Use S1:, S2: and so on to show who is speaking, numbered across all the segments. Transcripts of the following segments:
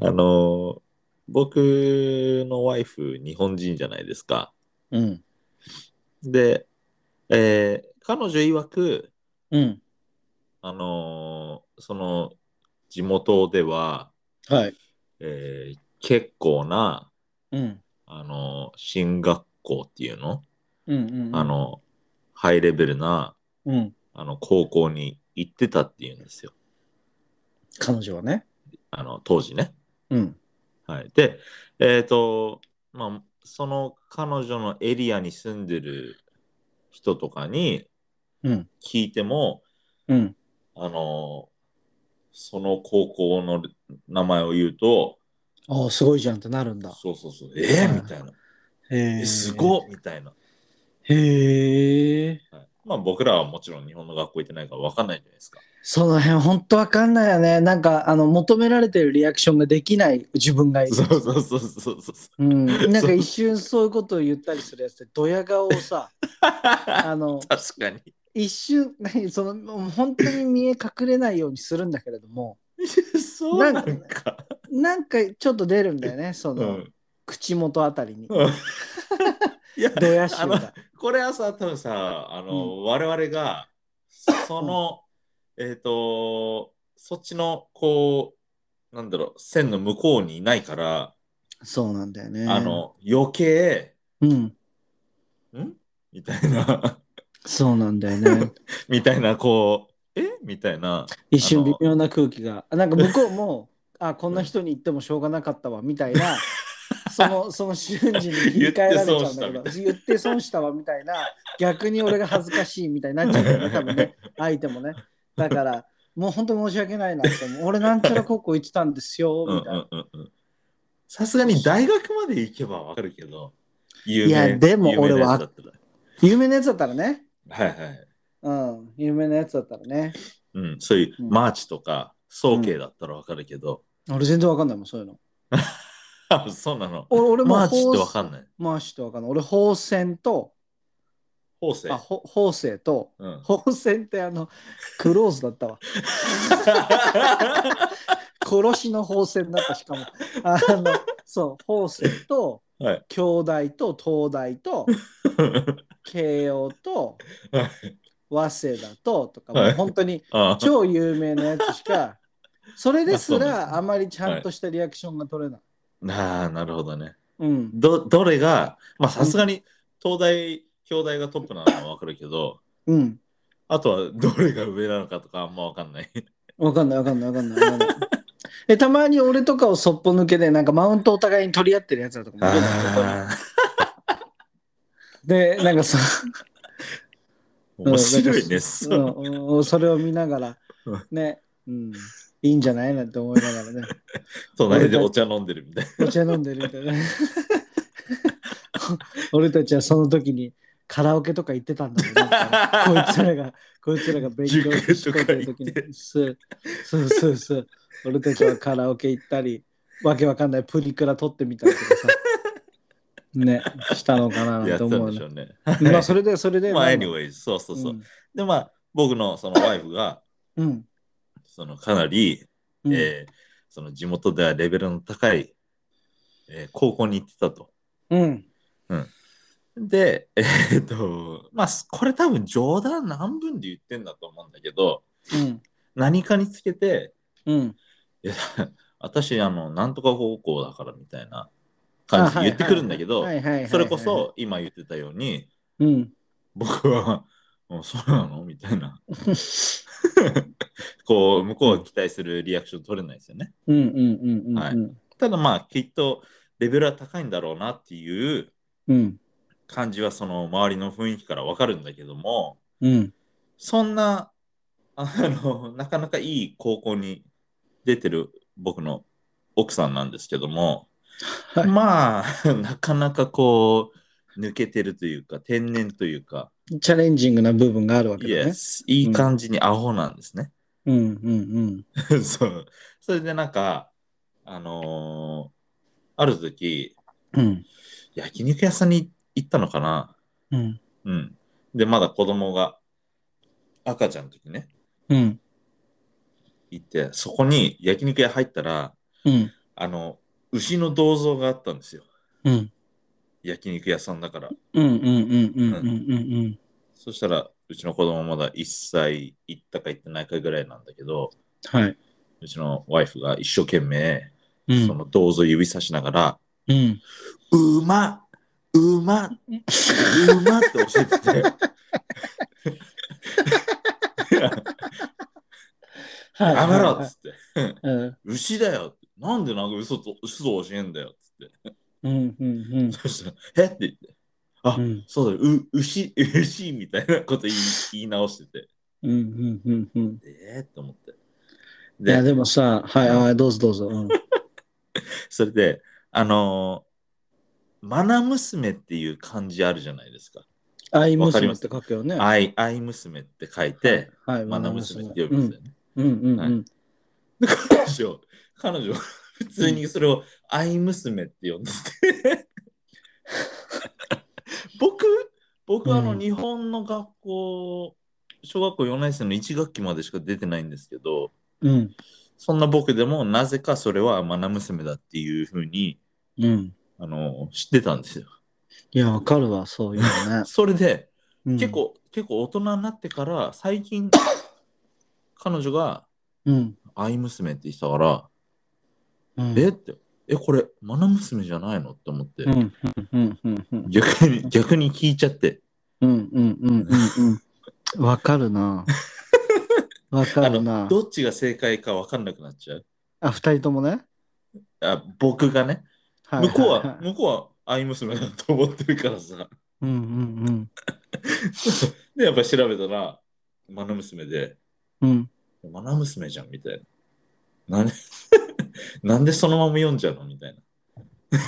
S1: あの、僕のワイフ、日本人じゃないですか。
S2: うん。
S1: で、えー彼女曰く、
S2: うん。
S1: あのーその、地元では、
S2: はい。
S1: えー結構な、
S2: うん。
S1: あのー進学校っていうの、
S2: うんうん、うん。
S1: あ、の、ハイレベルな、
S2: うん。
S1: あの、高校に行ってたっていうんですよ。
S2: 彼女はね。
S1: あの、当時ね。
S2: うん。
S1: はい。で、えっ、と、まあ、その彼女のエリアに住んでる人とかに
S2: うん。
S1: 聞いても、
S2: うん。
S1: あの、その高校の名前を言うと、
S2: ああ、すごいじゃんってなるんだ。
S1: そうそうそう、えー
S2: はい
S1: みたいな、
S2: へ
S1: え
S2: え。
S1: すごっみたいな。
S2: へえ。
S1: はい、まあ、僕らはもちろん日本の学校行ってないから分かんないじゃないですか。
S2: その辺本当わかんないよね。なんかあの求められてるリアクションができない自分がいる。
S1: そうそうそうそう そう。
S2: うん。なん
S1: そ
S2: か
S1: う
S2: 一瞬そういうことを言ったりするやつってドヤ顔 をさ、
S1: 確
S2: あの
S1: かに。
S2: 一瞬何そのもう本当に見え隠れないようにするんだけれども、
S1: そうなんか。
S2: なんかちょっと出るんだよね。そうの、
S1: ん。
S2: 口元あたりに
S1: うんいや、
S2: ドヤ臭
S1: あの
S2: が。
S1: これはさ、多分さ、あの、我々が、その、えっ、と、そっちの、こう、なんだろう、線の向こうにいないから、
S2: そうなんだよね。
S1: あ、の、余計、
S2: うん、
S1: んみたいな、
S2: そうなんだよね。
S1: みたいな、こう、えみたいな、
S2: 一瞬微妙な空気が、あなんか向こうも、あ、こんな人に言ってもしょうがなかったわみたい な。そのその瞬時に切り替えられちゃうんだけど
S1: 言って損したみたい
S2: 言って損したわみたいな逆に俺が恥ずかしいみたいになっちゃうんだ よね多分ね相手もねだからもう本当申し訳ないなって思う俺なんちゃら高校行ってたんですよ
S1: うんう
S2: み
S1: ん
S2: たいな、
S1: うんうん。さすがに大学まで行けばわかるけど、有
S2: いやでも俺は
S1: 有名なやつだったら
S2: 有名なやつだったらね
S1: はいはい。
S2: うん有名なやつだったらね
S1: うん、そういう
S2: うん
S1: マーチとか、総計だったらわかるけど、
S2: 俺全然わかんないもんそういうの
S1: あ そうなの。
S2: お俺も
S1: マーチってわ
S2: 方
S1: か
S2: 正
S1: んない。
S2: マーチってわかんない。俺、宝泉と、
S1: 方正。
S2: あ、ほ宝泉と、
S1: うん、
S2: 宝泉ってあの、クローズだった わ。殺しの宝泉だった、しかも。あの、そう、宝泉と、
S1: はい
S2: 兄弟と、東大と、慶応と、
S1: は
S2: 早稲田と、とか、
S1: はい
S2: もう本当に
S1: あ
S2: 超有名なやつしか、それです
S1: まあそうですね
S2: ら、あまりちゃんとしたリアクションが取れない。
S1: なあ、なるほどね。
S2: うん。
S1: ど、どれが、まあさすがに東大、京大がトップなのはわかるけど、
S2: うん。
S1: あとはどれが上なのかとかあんまわかんない。
S2: わかんないわかんないわかんないわかんないえたまに俺とかをそっぽ抜けでなんかマウントお互いに取り合ってるやつだとかもいるのでなんかそ
S1: 面白いね。
S2: う、
S1: そううん
S2: うん、それを見ながら
S1: うん
S2: ね、うん、いいんじゃないなんて思いながらね
S1: 隣でお茶飲んでるみたい
S2: お茶飲んでるみたいな 俺たちはその時にカラオケとか行ってたんだろうなこい
S1: な。
S2: つらが、こいつらが勉強して
S1: 塾と
S2: た時
S1: か行って
S2: に、そう、そうそうそう、俺たちはカラオケ行ったり、わけわかんないプリクラ撮ってみたりとかさ、ね、したのかなな
S1: や
S2: ん
S1: ってた
S2: 思
S1: ん
S2: う
S1: でし
S2: ね
S1: ょうね。
S2: まあ、それで、それで、
S1: まあ、
S2: なんだ
S1: anyways、そうそうそうう。
S2: ん
S1: で、まあ、僕のそのワイフが、
S2: うん。
S1: そのかなり、
S2: うん
S1: えーその地元ではレベルの高い、えー高校に行ってたと。
S2: うん。
S1: で、えーっと、まあ、すこれ多分冗談何分で言ってんだと思うんだけど、
S2: うん。
S1: 何かにつけて、
S2: うん。
S1: いや、 私、あの、なんとか高校だからみたいな感じで言ってくるんだけど、
S2: はいはいはいはい
S1: それこ、そ今言ってたように、
S2: うん。
S1: 僕は、うんそうなのみたい な。こう、向こうが期待するリアクション取れないですよね。
S2: うんうんうんうんうん。
S1: はいただまあ、きっとレベルは高いんだろうなっていう
S2: うん。
S1: 感じはその周りの雰囲気からわかるんだけども
S2: うん。
S1: そんなあのなかなかいい高校に出てる僕の奥さんなんですけども、
S2: はい
S1: まあ なかなかこう抜けてるというか天然というか、
S2: チャレンジングな部分があるわけだね。
S1: Yes いい感じにアホなんですね。
S2: うんう ん
S1: そうそれでなんかあのーある時
S2: うん。うん。
S1: 焼肉屋さんに行ったのかな
S2: うん。
S1: うん。で、まだ子供が赤ちゃんの時ね、
S2: うん。
S1: 行って、そこに焼肉屋入ったら、
S2: うん。
S1: あの、牛の銅像があったんですよ。
S2: うん。
S1: 焼肉屋さんだから。
S2: うんうんうんうんうんうん
S1: そしたら、うちの子供まだ1歳行ったか行ってないかぐらいなんだけど、
S2: うん。はい。
S1: うちのワイフが一生懸命、
S2: うん
S1: そ。の銅像指さしながら、
S2: うん。
S1: うまっうまっうまっって教えて て。
S2: はい。
S1: やめろ
S2: は
S1: っ
S2: い
S1: つって。
S2: うん
S1: 牛だよって。なんでなんか嘘と嘘を教えんだよっつって。
S2: うんうん
S1: そしたら、えって言って。あ、
S2: うん。
S1: そうだよ、う、牛、牛みたいなこと言い言い直してて。
S2: うんうんうんうん。
S1: えーって思って。
S2: いや、
S1: で、
S2: でもさ、はい、あどうぞどうぞ。うん
S1: それで、あのー、マナ娘っていう漢字あるじゃないですか。
S2: 愛
S1: わかり
S2: 娘
S1: ま
S2: っ
S1: す
S2: て書くよね。
S1: 愛、愛娘って書いて、
S2: はい、
S1: マナ娘って呼ぶんですよね。
S2: うんうんう
S1: はい
S2: ん。
S1: で彼女、彼女、 普通にそれを愛娘って呼んでて。 僕、僕あ
S2: う
S1: の、
S2: ん
S1: 日本の学校、小学校4年生の1学期までしか出てないんですけど、
S2: うん
S1: そんな僕でもなぜかそれはマナ娘だっていうふうに、
S2: うん。
S1: あの、知ってたんですよ。。
S2: いや、わかるわ、そういうのね
S1: それで、
S2: うん
S1: 結。構、結構大人になってから、最 近、彼女が
S2: うん。
S1: 愛娘って言ってたから、
S2: うん
S1: えって、え、これ、マナ娘じゃないのって思って、
S2: うんうんうんうん
S1: 逆に、逆に聞いちゃって、
S2: うんうんうんうんうん。わかるな。わか
S1: あ
S2: るな
S1: の、。どっちが正解か分かんなくなっちゃう。
S2: あ、二人ともね。
S1: あ、僕がね、
S2: は
S1: 向こうは、
S2: いいい
S1: 向こうは愛娘だと思ってるからさ。
S2: うんうん
S1: で、やっぱ調べたら、マナ娘で、
S2: うん。うん。
S1: マナ娘じゃん、みたいな。なんで、 なんでそのまま読んじゃうのみたいな。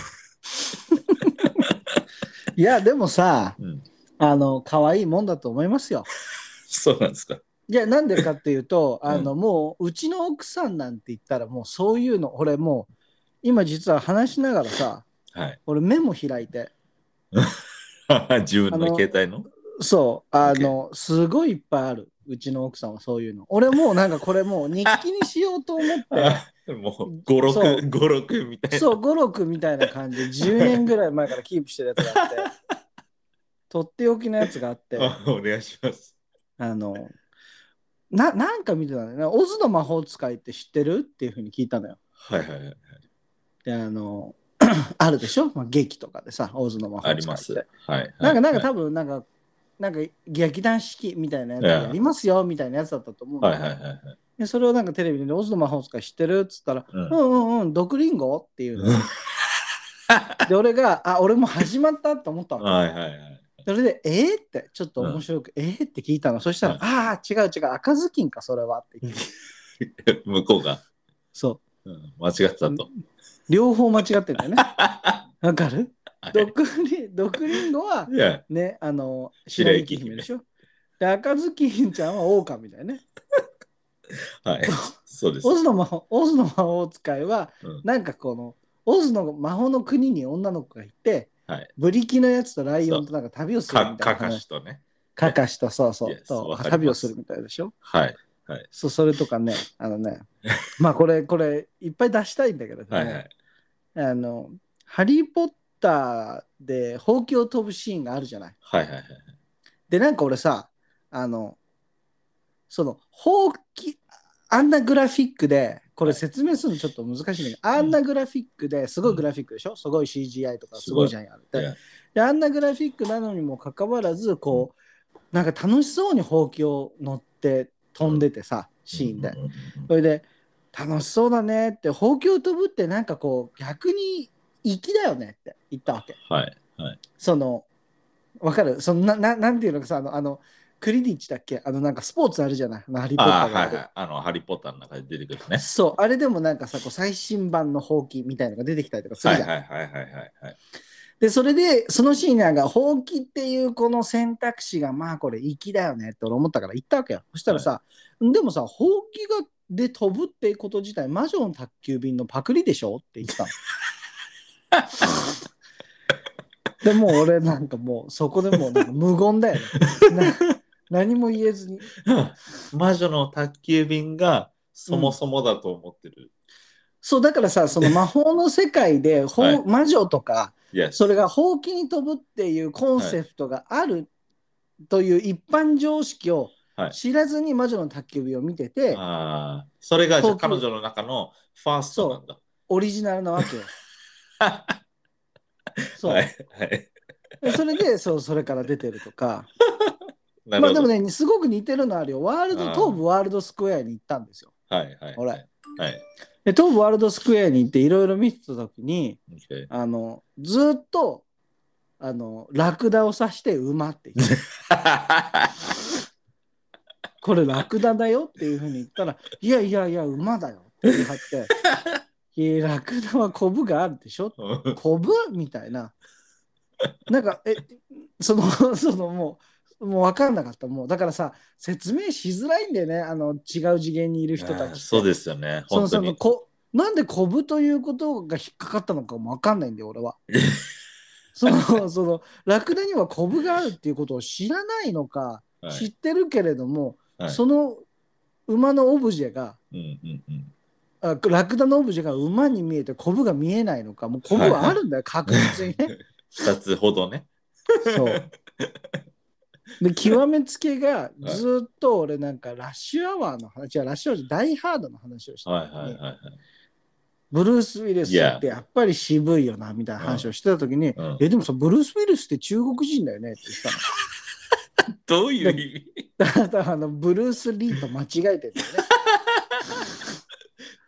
S2: いや、でもさ、
S1: うん。
S2: あの、可愛いもんだと思いますよ。
S1: そうなんですか。
S2: いや、なんでかっていうと、
S1: うん
S2: あの、もう、うちの奥さんなんて言ったら、もうそういうの、俺もう、今実は話しながらさ、
S1: はい。
S2: 俺メモ開いて、
S1: 自分の携帯の
S2: そう、あの、すごいいっぱいある。うちの奥さんはそういうの。俺もうなんかこれもう日記にしようと思っ
S1: あ もう、
S2: そ
S1: 5、6、
S2: う
S1: 5、6みたい
S2: て、
S1: な。
S2: そう、5、6みたいな感じで10年ぐらい前からキープしてるやつがあって、 とっておきのやつがあって、
S1: あ お願いします。
S2: あの、ななんか見てたんだよね。オズの魔法使いって知ってるっていうふうに聞いたのよ。
S1: はいはいはい。
S2: であの あるでしょ、まあ、劇とかでさ「オズの魔法使
S1: あ
S2: い」って
S1: ります。はいはい。
S2: なんかなんか
S1: は
S2: 多分なんかなんか劇団四季みたいなやつがありますよみたいなやつだったと思うん
S1: い
S2: だ
S1: はい
S2: よ
S1: はいはい。
S2: でそれをなんかテレビで「オズの魔法使い知ってる?」っつったら「
S1: う
S2: うんんうんうん毒リンゴ?」っていうの
S1: うん
S2: で俺が「あ俺も始まった」と思ったの
S1: はいはいはい。
S2: それで「えー?」ってちょっと面白く「えー?」って聞いたのそしたら
S1: うん
S2: 「ああ違う違う赤ずきんかそれは」って言って
S1: 向こうが、
S2: そ
S1: う
S2: う
S1: ん、間違ってた と。
S2: 両方間違ってんだよね わかる
S1: はい
S2: 毒リ毒リンゴはい
S1: や、
S2: ね、あの、
S1: 白
S2: 白
S1: 雪
S2: 雪
S1: 姫
S2: 姫でしょ。で、赤ずきんちゃんは狼だよね。
S1: はい。そうです。
S2: オズの魔法、オズの魔法使いは、
S1: うん
S2: なんかこの、オズの魔法の国に女の子がいて、
S1: はい
S2: ブリキのやつとライオンとなんか旅をする
S1: か、
S2: みたい
S1: か
S2: な話。
S1: かしとね。
S2: かかしと、そうそう
S1: Yes わかり
S2: と
S1: ます
S2: 旅をするみたいでしょ。
S1: はい。
S2: そう、それと かね、あのね、まあこれ、これ、いっぱい出したいんだけどね、
S1: はいはい。
S2: あの、ハリー・ポッターで、ほうきを飛ぶシーンがあるじゃない。
S1: はいはいはい。
S2: で、なんか俺さ、あの、その、ほうき、あんなグラフィックで、これ説明するのちょっと難しいんだけど、あんなグラフィックですごいグラフィックでしょ、すごい CGI とかすごいじゃんやって
S1: いや
S2: で、あんなグラフィックなのにもかかわらず、こう、なんか楽しそうにほうきを乗って飛んでてさ、シーンで
S1: うん。うんうん
S2: それで、楽しそうだねって、ほうきを飛ぶってなんかこう、逆に粋だよねって言ったわけ。
S1: うんはい。
S2: その、わかるそのなななんていうのかさ、あの、あのクリディッチだっけあの、なんかスポーツあるじゃないあのハリー・ポッタ
S1: あー
S2: ーが
S1: は
S2: あ
S1: い
S2: る
S1: はい。あの、ハリー・ポッターの中で出てくるね。
S2: そう、あれでもなんかさ、こう最新版のほうきみたいのが出てきたりとかす
S1: は
S2: る
S1: い
S2: じゃ
S1: はい
S2: ん。
S1: はいはいはいはい。
S2: で、それで、そのシーンなんか、ほうきっていうこの選択肢が、まあこれ、粋だよねって俺思ったから言ったわけよ。そしたらさ、でもさ、ほうきがで飛ぶってこと自体、魔女の宅急便のパクリでしょって言って たの。でもう俺なんかもうそこでもうなんか無言だよね。な何も言えずに。
S1: 魔女の宅急便がそもそもだと思ってる。
S2: そうだからさその魔法の世界で、ほう
S1: はい
S2: 魔女とか
S1: Yes.
S2: それがほうきに飛ぶっていうコンセプトがあるという一般常識を
S1: はい
S2: 知らずに魔女の宅急便を見てて、
S1: ああ、それがじゃあ
S2: 東京
S1: 彼女の中のファーストなんだ。
S2: オリジナルなわけよ。そ う、
S1: はい。はい。
S2: でそれでそうそれから出てるとか
S1: な
S2: ま
S1: るほ
S2: あで
S1: ど。
S2: もねすごく似てるのあるよワールド
S1: あー
S2: 東部ワールドスクエアに行ったんですよ。
S1: はいはい。
S2: ほら
S1: はい。はい。
S2: で東部ワールドスクエアに行っていろいろ見てた時に
S1: OK
S2: あのずーっとあのラクダを指して馬って言ってこれラクダだよっていうふうに言ったら、いやいやいや、馬だよって言い 張って、いや、ラクダはコブがあるでしょコブみたいな。なんか、え、その、 そのもう、もう分かんなかった。もう、だからさ、説明しづらいんだよね、あの、違う次元にいる 人た
S1: あー
S2: ち。
S1: そうですよね。
S2: その
S1: 本当
S2: その
S1: に。
S2: こなんでコブということが引っかかったのかも分かんないんだよ、俺は。その、その、ラクダにはコブがあるっていうことを知らないのか、
S1: はい
S2: 知ってるけれども、
S1: はい
S2: その馬のオブジェが
S1: うんうんうん
S2: あラクダのオブジェが馬に見えてコブが見えないのかもうコブはあるんだよ、確実 にね
S1: 二つほどね。
S2: そうで極めつけがずっと俺なんかラッシュアワーの話違うラッシュアワーじゃないダイハードの話をしてた
S1: はい
S2: 時に、
S1: はいはいはい。
S2: ブルース・ウィルスってやっぱり渋いよなみたいな話をしてた時に、
S1: うん
S2: えでもさブルース・ウィルスって中国人だよねって言ったの
S1: どういう意 味
S2: だからあのブルース・リーと間違えてるんだよね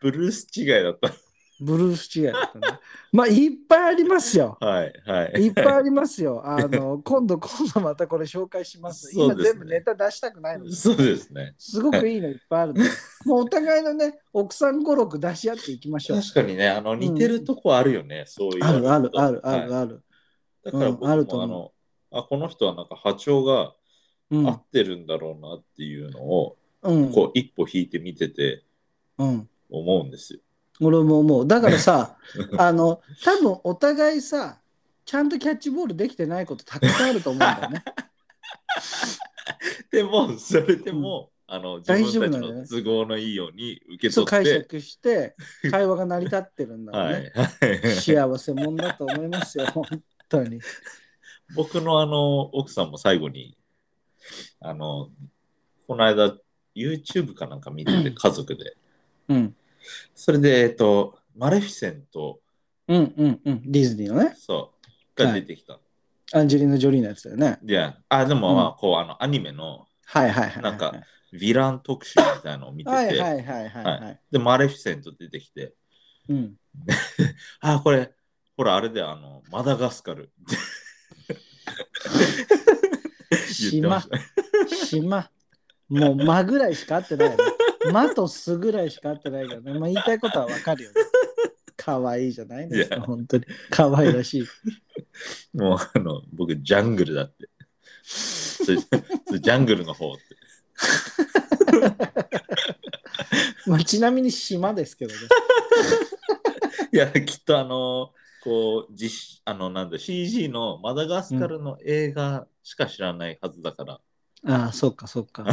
S1: ブルース違いだった。
S2: ブルース違いだったねまあいっぱいありますよ
S1: はいはい。
S2: いっぱいあります よ。あの今度今度またこれ紹介します。
S1: そう
S2: 今
S1: ですね
S2: 全部ネタ出したくないのです。
S1: そうですね。
S2: すごくいいのいっぱいあるので。もうお互いのね奥さん語録出し合っていきましょう。
S1: 確かにね、あの似てるとこあるよね、そういう。
S2: あるあるあるあ
S1: はい
S2: るある。
S1: だから
S2: うんある
S1: 僕
S2: と
S1: もあ
S2: 思
S1: の、あ、この人はなんか波長が
S2: うん
S1: 合ってるんだろうなっていうのを、
S2: うん
S1: こう一歩引いて見てて
S2: うん。
S1: 思うんですよ。
S2: 俺も思う。だか らさあの多分お互いさちゃんとキャッチボールできてないことたくさんあると思うんだよね。
S1: でも、それでも、あの自
S2: 大丈
S1: 分
S2: 夫な
S1: た
S2: ん
S1: ち
S2: だよね
S1: の都合のいいように 受け
S2: そう
S1: 取っ
S2: 解
S1: て、
S2: 釈して会話が成り立ってるんだろう
S1: は
S2: ね。
S1: い、はい
S2: 幸せもんだと思いますよ本当に。
S1: 僕のあの奥さんも最後に、あの、この間、YouTube かなんか見てて、家族で。
S2: うん
S1: それで、えっと、マレフィセント、
S2: うんうんうんディズニーのね。
S1: そう、が出てきた。
S2: アンジェリーナ・ジョリーのやつだよね。
S1: いや、あ、でも、まあ
S2: う
S1: こう、あの、アニメの
S2: はいはいはいはい。
S1: なんかヴィラン特集みたいなのを見てて、
S2: はいはいはいはいはい。
S1: で、マレフィセント出てきて、
S2: うん。
S1: あ、これ、ほら、あれで、あの、マダガスカルって言ってま
S2: 島
S1: し、た。
S2: 島。もう間ぐらいしか合ってないよね。間とすぐらいしか合ってないけどね。まあ言いたいことはわかるよね。可愛いじゃないです
S1: い
S2: か、
S1: や
S2: 本当に。可愛らしい。
S1: もう、あの、僕、ジャングルだって。それそれジャングルの方って。
S2: まあちなみに島ですけどね。
S1: いや、きっと、あの、こう、実、あの、なんだ、CG のマダガスカルの映画しか知らないはずだから、
S2: ああ、そうかそうか。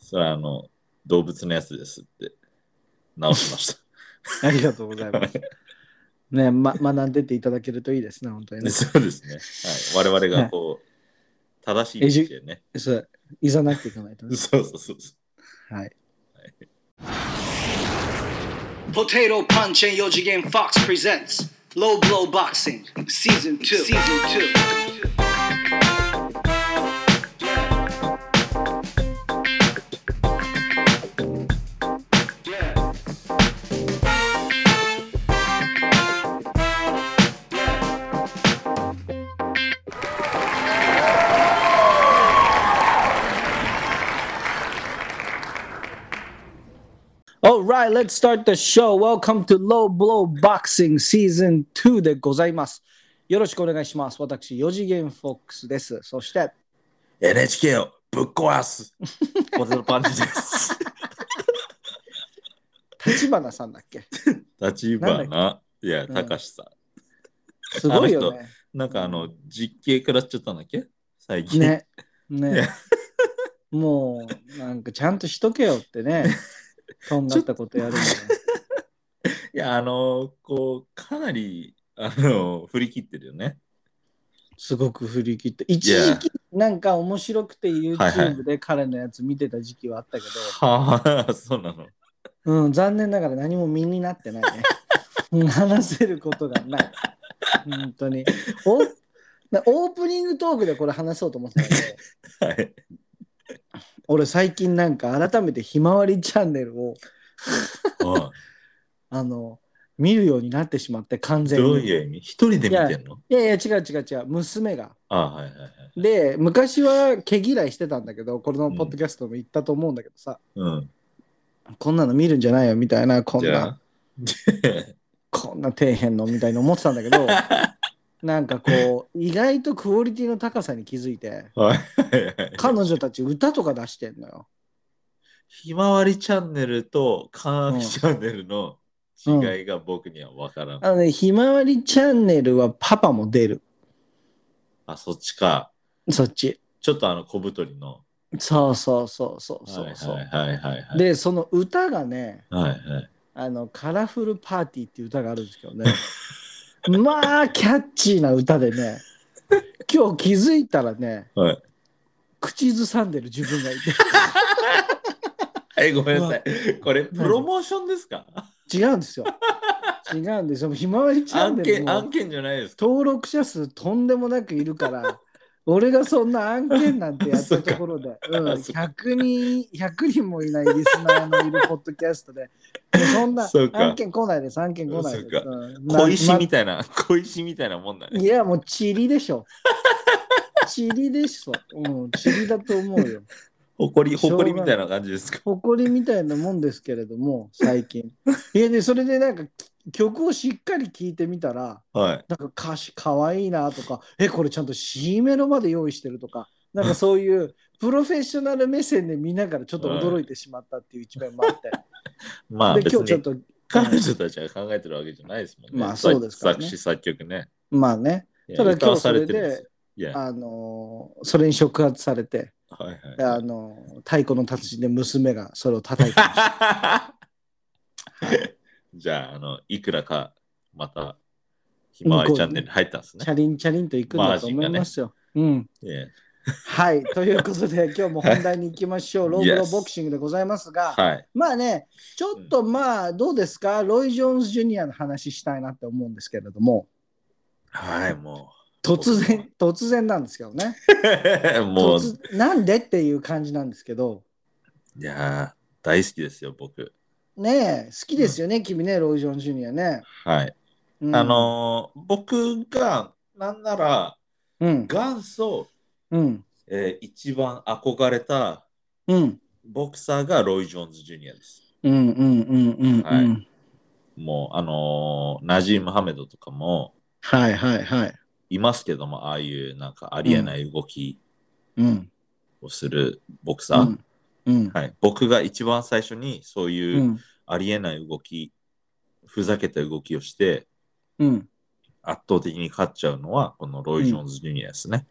S1: それは、あの、動物のやつですって、直しま した。
S2: ありがとうございます。ね、ま、学んでっていただけるといいですね、本当にね。
S1: そうですね。はい、我々がこう、正しい意識でね。
S2: そう、いざなっていかないとね。
S1: そうそうそうそ
S2: はい。
S3: Potato Punch and Yojigen Fox presents Low Blow Boxing Season 2. Season 2.
S2: All right, let's start the show. Welcome to Low Blow Boxing Season 2でございます。よろしくお願いします。私、4次元フォックスです。そして、
S1: う。NHK をぶっ壊すポテトパンチです。
S2: 立花さんだっけ
S1: 立
S2: なん
S1: 花。いや、
S2: うん
S1: たかしさ
S2: すごいよね。
S1: ん。なんかあの、実刑食らっちゃったんだっけ最近。
S2: ね。ね
S1: ね。
S2: もう、なんかちゃんとしとけよってね。とんがったことやるのね。
S1: いや、あの、こう、かなり、あの、振り切ってるよね。
S2: すごく振り切って一時期なんか面白くて
S1: はいはい
S2: YouTube で彼のやつ見てた時期はあったけど、
S1: はあ、そうなの。
S2: うん、残念ながら何も身になってないね うん。話せることがない。本当に。おなオープニングトークでこれ話そうと思ってたん だけ
S1: は
S2: ど、
S1: い。
S2: 俺最近なんか改めてひまわりチャンネルを
S1: うん
S2: あの見るようになってしまって完全に。
S1: どういう意味一人で見てんの
S2: いやいや違う違う違う娘が。
S1: あはいはいはい。
S2: で昔は毛嫌いしてたんだけどこれのポッドキャストでも言ったと思うんだけどさ、
S1: うん。
S2: こんなの見るんじゃないよみたいなこん
S1: じゃ
S2: な
S1: あ。
S2: こんな底辺のみたいに思ってたんだ けどなんかこう意外とクオリティの高さに気づいて
S1: はいはいはい。
S2: 彼女たち歌とか出してんのよ。
S1: ひまわりチャンネルとカー
S2: うん
S1: ンチャンネルの違いが僕には分からん。
S2: あのね「ひまわりチャンネル」はパパも出る
S1: あ、そっちか。
S2: そっち。
S1: ちょっとあの小太りの。
S2: そうそうそうそうそうそう。
S1: はいはいはいはい。
S2: でその歌がね
S1: はいはい。
S2: 「あのカラフルパーティー」っていう歌があるんですけ どねまあキャッチーな歌でね今日気づいたらね、
S1: はい
S2: 口ずさんでる自分がいて。
S1: はい、ごめんなさい。これ、プロモーションですか
S2: 違う んですよ。違うんですよ。ひまわりチャン
S1: 案
S2: ネル
S1: 件、
S2: も
S1: 案件じゃないですか
S2: 登録者数とんでもなくいるから、 俺がそんな案件なんてやったところで、うん、
S1: そっ
S2: 100人、100人もいないリスナーのいるポッドキャストで、もうそんな
S1: そうか
S2: 案件来ないです、案件来ないです
S1: そうか。
S2: うんな
S1: 小石
S2: ま
S1: みたいな、小石みたいなもんだね。
S2: いや、もうチリでしょ。チリでしょ。うん、チリだと思うよ。
S1: ほこり、
S2: しょ
S1: ほ
S2: うが
S1: こ
S2: ない
S1: りみたいな感じですか
S2: 誇りみたいなもんですけれども、最近。いやね、それでなんか曲をしっかり聴いてみたら、
S1: はい。
S2: なんか歌詞かわいいなとか、え、これちゃんと C メロまで用意してるとか、なんかそういうプロフェッショナル目線で見ながらちょっと驚いてしまったっていう一面もあって、
S1: まあ、
S2: で
S1: 別
S2: 今日ちょっ
S1: に
S2: と、
S1: 彼女たちが考えてるわけじゃないですもんね。
S2: まあそうですからね
S1: 作詞、作曲ね。
S2: まあね、
S1: いや
S2: ただ
S1: 歌
S2: 今
S1: わ
S2: 日そ
S1: さ
S2: れ
S1: れてるん
S2: で
S1: で、いや、
S2: あのーそれに触発されて、
S1: はいはい。
S2: あのー太鼓の達人で娘がそれを叩いてました。
S1: じゃあ、あの、いくらか、また、ひまわりチャンネルに入ったんですね
S2: チャ。リンチャリンと行くんだと思いますよ。うん。
S1: ええ
S2: はい。ということで、今日も本題に行きましょう。ローブロ
S1: Yes
S2: ボクシングでございますが、
S1: はい。
S2: まあね、ちょっとまあ、どうですか、ロイ・ジョーンズ・ジュニアの話したいなって思うんですけれども、
S1: はい、も
S2: 突然、突然なんですけどね、
S1: う。もう、
S2: 突なんでっていう感じなんですけど、
S1: いやー、大好きですよ、僕。
S2: ねえ、好きですよね、君ね、ロイ・ジョーンズ・ジュニアね。
S1: はい。
S2: うん
S1: あ、のー僕が、なんなら、
S2: うん、
S1: 元祖、
S2: うん、
S1: えー一番憧れた
S2: うん、
S1: ボクサーがロイ・ジョーンズ・ジュニアです。
S2: うん、うん、うん、うん、
S1: は
S2: うん
S1: いもう、あのーナジー・ムハメドとかも
S2: はい、はい、はい。
S1: いますけども、ああいうなんかありえない動き
S2: うん、
S1: をするボク
S2: う
S1: サー。
S2: ん、うん、
S1: はい、僕が一番最初にそう
S2: う、
S1: いうんありえない動き、ふざけた動きをして
S2: うん。
S1: 圧倒的に勝っちゃうのはこのロイ・ジョーンズ・ジュニアですね。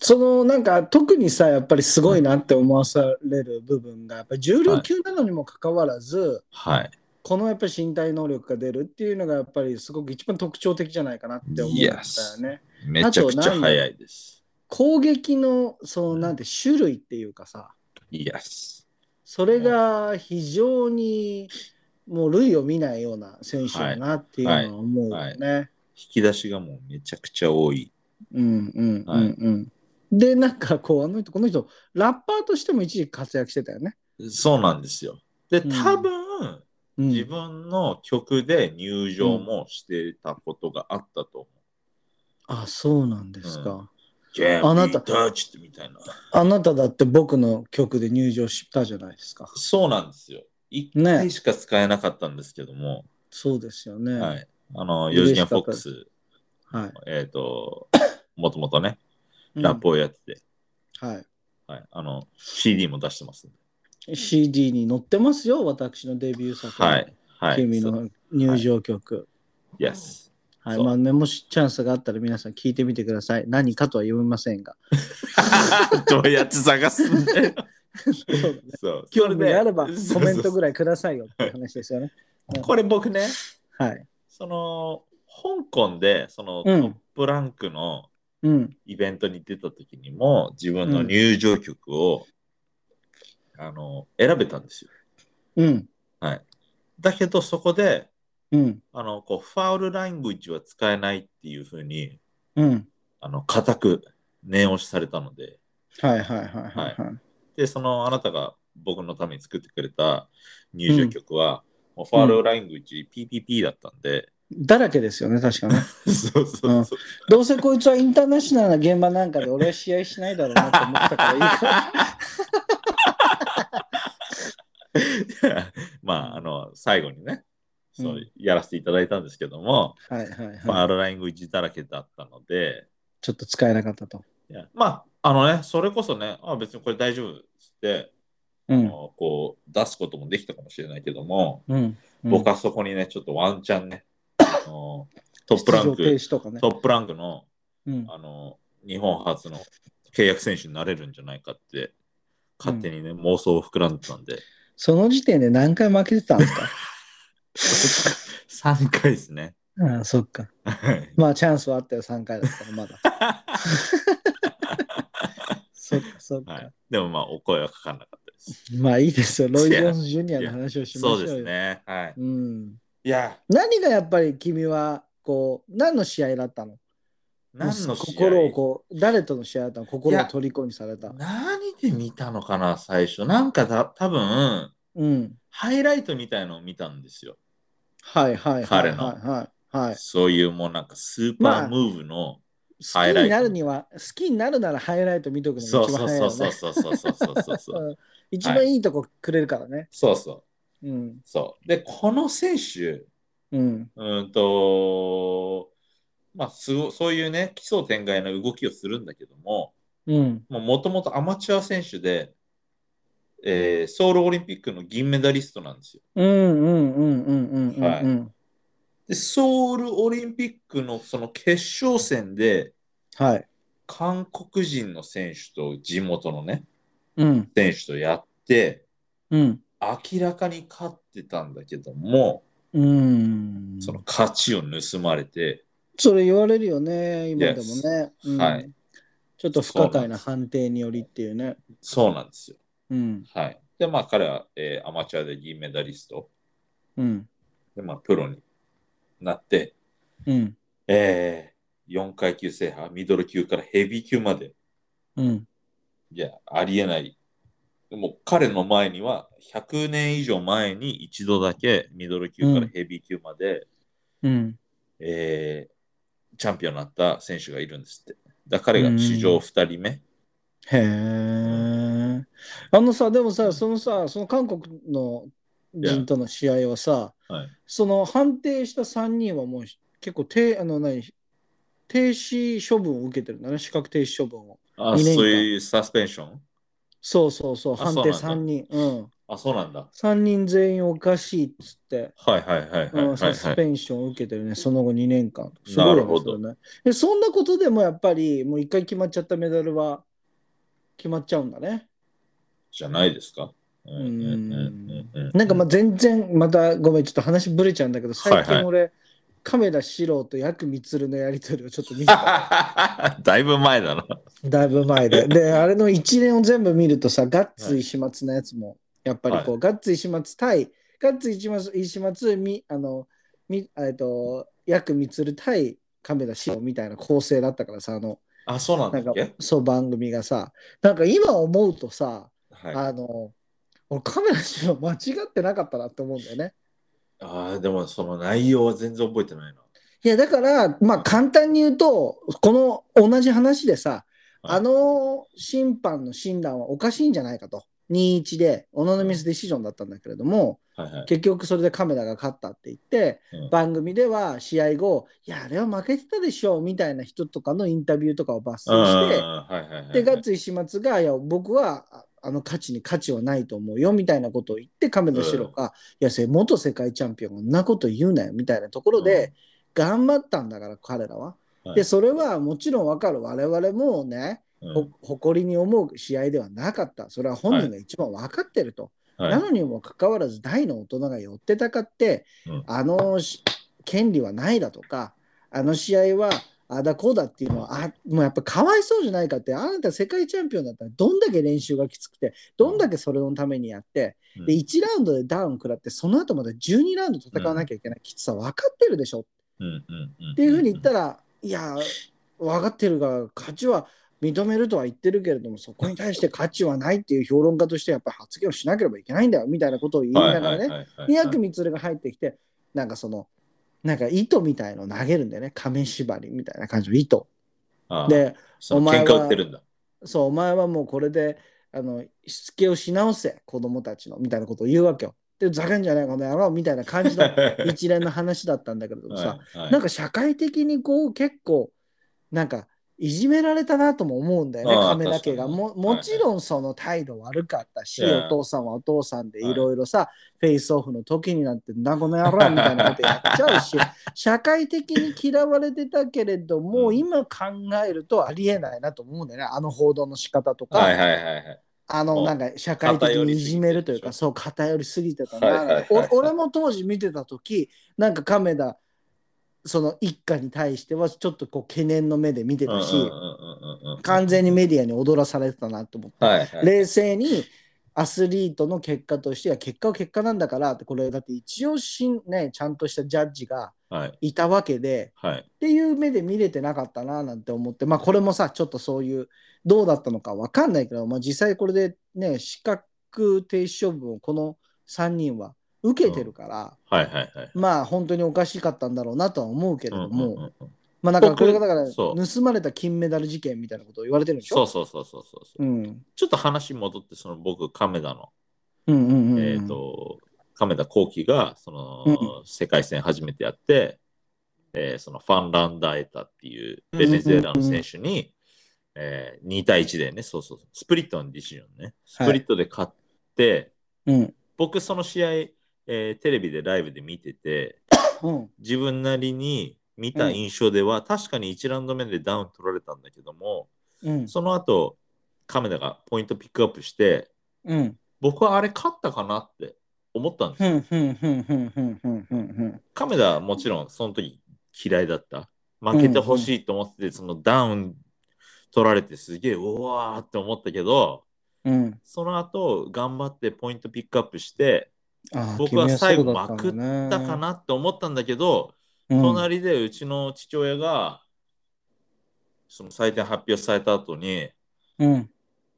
S2: そのなんか特にさやっぱりすごいなって思わされる部分がやっぱり重量級なのにもかかわらず、
S1: はい。
S2: このやっぱり身体能力が出るっていうのがやっぱりすごく一番特徴的じゃないかなって思うんだよね。
S1: めちゃくちゃ速いです。
S2: 攻撃のそのなんて種類っていうかさ、
S1: イエス。
S2: それが非常にもう類を見ないような選手だなっていうのは思うよね。
S1: 引き出しがもうめちゃくちゃ多い。
S2: うんうんうんうん。でなんかこうあの人この人ラッパーとしても一時活躍してたよね。
S1: そうなんですよ。で、
S2: うん
S1: 多分、
S2: うん
S1: 自分の曲で入場もしてたことがあったと思う。
S2: あそうなんですか。
S1: うゲ
S2: あ
S1: ー
S2: な
S1: ム
S2: た
S1: タッチみたいな。
S2: あなただって僕の曲で入場したじゃないですか。
S1: そうなんですよ。一回しか使えなかったんですけども、
S2: そうですよね。
S1: は
S2: はい。
S1: い。あの、
S2: 嬉
S1: 4
S2: し
S1: 次
S2: か
S1: 元フォ
S2: った
S1: ックス、えっ、 と、もともとね、
S2: うん
S1: ラップをやってて、
S2: はい。
S1: はい。あの、CD も出してますんで。
S2: CD に載ってますよ、私のデビュー作。
S1: はい。はい。
S2: 君
S1: そう。
S2: の入場曲。
S1: Yes。
S2: はい。
S1: そう
S2: まあ、ね、もしチャンスがあったら皆さん聞いてみてください。何かとは言いませんが。
S1: どうやって探すん だよ。そう。
S2: 興味があれば
S1: そ
S2: コ
S1: う
S2: メントぐ
S1: らい。
S2: らいくださいよっていう話ですよね。
S1: これ僕ね、
S2: はい。
S1: その、香港で、その、ト
S2: う
S1: ッ
S2: ん。
S1: プランクの
S2: うん。
S1: イベントに出た時にも、自分の入場曲を、あの、選べたんですよ。
S2: うん。
S1: だけど、そこで、
S2: うん。
S1: あの、こう、ファウルラングイッジは使えないっていうふうに、
S2: うん。
S1: あの、固く念押しされたので、
S2: はいはいはいはい。はい、
S1: で、その、あなたが僕のために作ってくれた入場曲は、もうファウルラングイッジ PPP だったんで、
S2: だらけですよね、確かね。
S1: そうそうそう。
S2: どうせこいつはインターナショナルな現場なんかで俺は試合しないだろうなと思った からいいか。
S1: まあ、あの、最後にね、そう、やらせていただいたんですけども、
S2: はいはい
S1: まあ、
S2: はい。
S1: アルライング1だらけだったので、
S2: ちょっと使えなかったと。
S1: いやまあ、あのね、それこそね、あ別にこれ大丈夫っつって、
S2: う
S1: あ
S2: ん。
S1: のこう、出すこともできたかもしれないけども、
S2: うん。
S1: 僕はそこにね、ちょっとワンチャンね、あのトップラン
S2: 出場
S1: ク、
S2: 停止とかね
S1: ト。ップランクの、
S2: うん。
S1: あの、日本初の契約選手になれるんじゃないかって、勝手にね、妄想を膨らんでたんで、
S2: その時点で何回負けてたんです か
S1: 3回ですね。
S2: ああ、そっか。
S1: はい
S2: まあチャンスはあったよ、3回だったら まだ。そっかそっか。
S1: はい、でもまあお声はかかんなかったです。
S2: まあいいですよ。ロイ・ジョーンズ・ジュニアの話をしまし
S1: そ
S2: ょ
S1: うう
S2: よ。
S1: ですね。はい。
S2: うん。
S1: いや、
S2: 何がやっぱり君は、こう、何の試合だったの
S1: 何の試合
S2: 心をこう、誰との試合だったの心を虜にされた。
S1: 何で見たのかな、最初。なんかた多分
S2: うん。
S1: ハイライトみたいのを見たんですよ。
S2: はいはいはい
S1: 彼
S2: は
S1: の
S2: いはい。はい、
S1: そういうもうなんかスー
S2: ま
S1: パ
S2: あ
S1: ームーブの。
S2: 好きになるには、好きになるならハイライト見とくの
S1: そ
S2: が
S1: う
S2: 一
S1: そ
S2: 番
S1: う
S2: 早い
S1: そ
S2: よ
S1: うそう
S2: ね。
S1: そうそうそうそうそうそう。
S2: うん一番いいとこくれるからね。
S1: そうそう
S2: うん。
S1: そう。で、この選手、
S2: うん。
S1: うーんと、まあすご、そういうね、奇想天外な動きをするんだけども、
S2: うん。
S1: もともとアマチュア選手で、えーソウルオリンピックの銀メダリストなんですよ。
S2: うんうんうんうんうんうん
S1: はい
S2: うん。
S1: で、ソウルオリンピックのその決勝戦で、
S2: はい。
S1: 韓国人の選手と地元のね、
S2: うん。
S1: 選手とやって、
S2: うん。
S1: 明らかに勝ってたんだけども、
S2: うん。
S1: その勝ちを盗まれて、
S2: それ言われるよね、今でもね。うん
S1: はい。
S2: ちょっと不可解な判定によりっていうね。
S1: そうなんですよ。
S2: うん。
S1: はい。で、まあ彼は、えーアマチュアで銀メダリスト、
S2: うん。
S1: で、まあプロになって、
S2: うん。
S1: え4階級制覇、ミドル級からヘビー級まで、
S2: うん。
S1: いや、ありえない。でも彼の前には100年以上前に一度だけミドル級からヘビー級まで、
S2: うん。
S1: えーチャンピオンになった選手がいるんですって。だから彼が史上2人目。
S2: へえ。あのさ、でもさ、そのさ、その韓国の人との試合はさ、
S1: はい
S2: その判定した3人はもう結構停、あの何、停止処分を受けてるんだね、資格停止処分を。
S1: あ、
S2: 二年間
S1: そういうサスペンション
S2: そうそうそう、
S1: あ
S2: 判
S1: そうなん
S2: 定
S1: だ
S2: 3人。うん。
S1: あ、そうなんだ。
S2: 3人全員おかしいっつって、
S1: はいはいはいはい、
S2: う
S1: は
S2: ん
S1: い
S2: サスペンションを受けてるね、その後2年間。すごい
S1: な
S2: よ
S1: る
S2: ね
S1: ほど
S2: それね。で、そんなことでもやっぱり、もう1回決まっちゃったメダルは決まっちゃうんだね。
S1: じゃないですか。うんうんうんうんうん
S2: なんかまあ全然またごめんちょっと話ぶれちゃうんだけど最
S1: はいは
S2: 近
S1: い
S2: 俺、亀田史郎とヤクミツルのやり取りをちょっと見 た
S1: だいぶ前だな。
S2: だいぶ 前でであれの一連を全部見るとさガッツ石松のやつもやっぱりこう、ガッツ石松対ガッツ石松石松みあのみえっとヤクミツル対亀田史郎みたいな構成だったからさあの
S1: あ、そうなん
S2: な
S1: だ
S2: ん
S1: っ
S2: か
S1: け
S2: そう番組がさなんか今思うとさ、
S1: はい、あ
S2: あの俺亀田史郎間違ってなかったなって思うんだよね
S1: ーでもその内容は全然覚えてないな。
S2: いやだから、まあ、簡単に言うと、この同じ話でさ、
S1: はい
S2: あの審判の診断はおかしいんじゃないかと、2-1で、オノノミスディシジョンだったんだけれども、
S1: はいはい。
S2: 結局それでカメラが勝ったって言って、
S1: うん
S2: 番組では試合後、いや、あれは負けてたでしょみたいな人とかのインタビューとかを抜
S1: うんうんうん
S2: 粋して、
S1: はいはいはい
S2: で、ガッツ石松が、いや、僕は、ああの価値に価値はないと思うよみたいなことを言って、亀田史郎が、いや、それ元世界チャンピオンがんなこと言うなよみたいなところで、頑張ったんだから、彼らは。
S1: はい
S2: で、それはもちろんわかる。我々もね、
S1: うん
S2: ほ誇りに思う試合ではなかった。それは本人が一番わかってると。
S1: はい
S2: なのにもかかわらず大の大人が寄ってたかって、
S1: うん
S2: あのし権利はないだとかあの試合はああだこうだっていうのはあもうやっぱかわいそうじゃないかってあなた世界チャンピオンだったらどんだけ練習がきつくてどんだけそれのためにやって、
S1: うん
S2: で1ラウンドでダウン食らってその後まで12ラウンド戦わなきゃいけないきつさ分かってるでしょ
S1: うんうんうん。っ
S2: っていうふうに言ったら、いや、分かってるが、勝ちは認めるとは言ってるけれども、そこに対して価値はないっていう評論家として、やっぱり発言をしなければいけないんだよみたいなことを言いながら
S1: は
S2: ね、
S1: いはいはい
S2: 宮
S1: はい
S2: 城光が入ってきて、なんかその、なんか糸みたいの投げるんだよね、亀縛りみたいな感じの糸。
S1: ああ、
S2: で、
S1: その
S2: お前
S1: 喧
S2: は
S1: 嘩売ってる んだ。
S2: そう、お前はもうこれで、あの、しつけをし直せ、子供たちの、みたいなことを言うわけよ。で、ざけんじゃないこの野郎みたいな感じの一連の話だったんだけれども さ、
S1: はいはい
S2: なんか社会的にこう結構なんかいじめられたなとも思うんだよね
S1: ああ
S2: 亀田家が
S1: 確かに
S2: も
S1: はい
S2: もちろんその態度悪かったし、
S1: ええ
S2: お父さんはお父さんで
S1: はい
S2: いろいろさ、 フェイスオフの時になってんだこの野郎みたいなことやっち ゃうし社会的に嫌われてたけれども、
S1: うん
S2: 今考えるとありえないなと思うんだよねあの報道の仕方とか、
S1: はいはいはいはい。
S2: あ
S1: も
S2: の
S1: う
S2: なんか社会的にいじめるというか
S1: 偏りすぎてるでしょ
S2: そう偏りすぎてた
S1: はいはいは
S2: ないお俺も当時見てた時なんか亀田その一家に対してはちょっとこう懸念の目で見てたし
S1: うんうんうんうんうん
S2: 完全にメディアに踊らされてたなと思って
S1: はいはい。
S2: 冷静にアスリートの結果としては結果は結果なんだからってこれだって一応しん、ね、ちゃんとしたジャッジが
S1: はい。
S2: いたわけで
S1: はい。
S2: っていう目で見れてなかったななんて思って、まあこれもさ、ちょっとそういう、どうだったのかわかんないけど、まあ実際これでね、資格停止処分をこの3人は受けてるから、
S1: はいはいはい。
S2: まあ本当におかしかったんだろうなとは思うけれども、
S1: うんうんうんうん
S2: まあなんかこれがだから、
S1: 僕そう
S2: 盗まれた金メダル事件みたいなことを言われてるんでし
S1: そ
S2: ょ
S1: うそうそうそうそうそう。
S2: うん。
S1: ちょっと話戻って、その僕、亀田の、
S2: うんうんうん。
S1: えっ、と、亀田光輝が、その、
S2: う
S1: 世界戦初めてやって、えーそのファンランダエタっていうベネズエラの選手に、えー2対1でね、そうそうそう、スプリットのディシジョンね。スプリットで勝って、
S2: うん。
S1: 僕、その試合、えーテレビでライブで見てて、
S2: うん。
S1: 自分なりに見た印象では、確かに1ラウンド目でダウン取られたんだけども、
S2: うん。
S1: その後、亀田がポイントピックアップして、
S2: うん。
S1: 僕はあれ勝ったかなって思ったんです
S2: ふ
S1: よ。
S2: んふんふんふんふんふんふんふん。
S1: 亀田はもちろんその時嫌いだった。負けてほしいと思ってて、そのダウン取られてすげえ、うわーって思ったけど、
S2: うん。
S1: その後頑張ってポイントピックアップして、
S2: あー
S1: 僕は最後
S2: 君はそうだったんだね
S1: だかなって思ったんだけど、
S2: うん
S1: 隣でうちの父親が、その採点発表された後に、
S2: うん。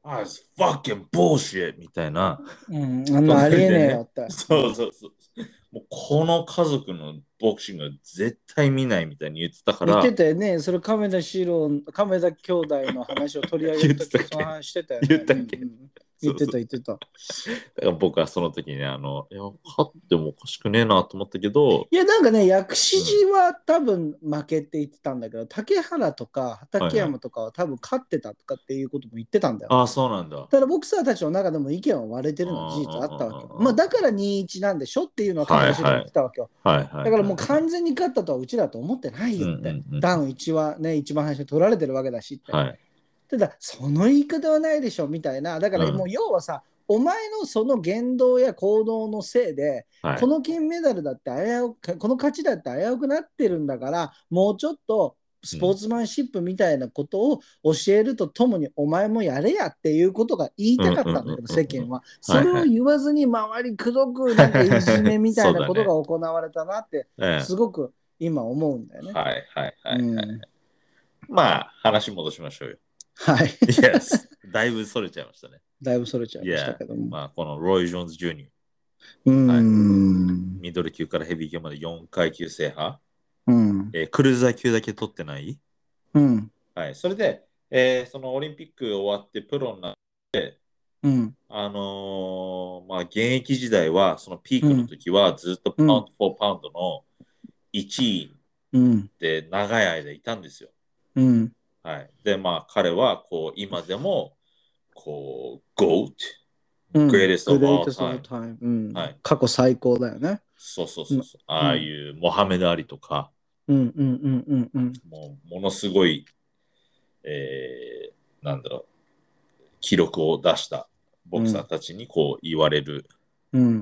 S1: あ、fucking bullshit! みたいな。
S2: うん、あんなありえねえよって。
S1: そうそうそう。もうこの家族のボクシングは絶対見ないみたいに言ってたか
S2: 言
S1: ら、
S2: ってたよね、それ亀田史郎、亀田兄弟の話を取り上げると
S1: 言ってた
S2: き、
S1: っけ
S2: その話してたよね。
S1: 言ったっけ
S2: うんうん言ってた、
S1: そうそう
S2: 言ってた。
S1: だから僕はその時に、あの、いや、勝ってもおかしくねえなと思ったけど、
S2: いや、なんかね、薬師寺は多分負けって言ってたんだけど、竹原とか畠山とかは多分勝ってたとかっていうことも言ってたんだよ。
S1: ああ、そうなんだ。
S2: ただボクサーたちの中でも意見は割れてるのは事実あったわけ
S1: あ
S2: よ。
S1: ー
S2: まあだから2-1なんでしょっていうのは亀田史郎が言ってたわけよ。
S1: はいはい、はい。
S2: だからもう完全に勝ったとはうちらと思ってないよって。
S1: うんうんうん
S2: ダウン1はね、一番最初に取られてるわけだしって。
S1: はい。
S2: ただその言い方はないでしょみたいなだから
S1: うん
S2: もう要はさ、お前のその言動や行動のせいで、
S1: はい。
S2: この金メダルだって危うくこの勝ちだって危うくなってるんだからもうちょっとスポーツマンシップみたいなことを教えるとともに、お前もやれやっていうことが言いたかったんだ
S1: うんうん
S2: け
S1: うんう
S2: ど
S1: ん
S2: 世間はそ
S1: はい
S2: れを言わずに周りくどくなんかいじめみたいなことが行われたなって
S1: ええ
S2: すごく今思うんだよね。
S1: はいはいはい。
S2: うん
S1: まあ、話戻しま しょうよ。
S2: はい、
S1: Yes だいぶそれちゃいましたね。
S2: だいぶそれちゃいましたけども。
S1: まあ、このロイ・ジョーンズ・ジュニ
S2: う
S1: はいア、
S2: ん。
S1: ミドル級からヘビー級まで4階級制覇、
S2: うん。
S1: えークルーザー級だけ取ってない
S2: うん。
S1: はい、それで、えーそのオリンピック終わってプロになって、
S2: うん。
S1: あのーまあ、現役時代は、そのピークの時はずっとパウンド、フォーパウンドの1位
S2: うん。
S1: で長い間いたんですよ。
S2: うん。
S1: はい、で、まあ、彼はこう今でも、こう、GOAT、
S2: うん
S1: Greatest of all
S2: Greatest
S1: time
S2: of。time うん
S1: はい
S2: 過去最高だよね。
S1: そうそうそうそう、ああいうモハメド・アリとか、
S2: うんうんうんうんうん。
S1: もうものすごい、えーなんだろう、記録を出したボクサーたちにこう言われる
S2: 言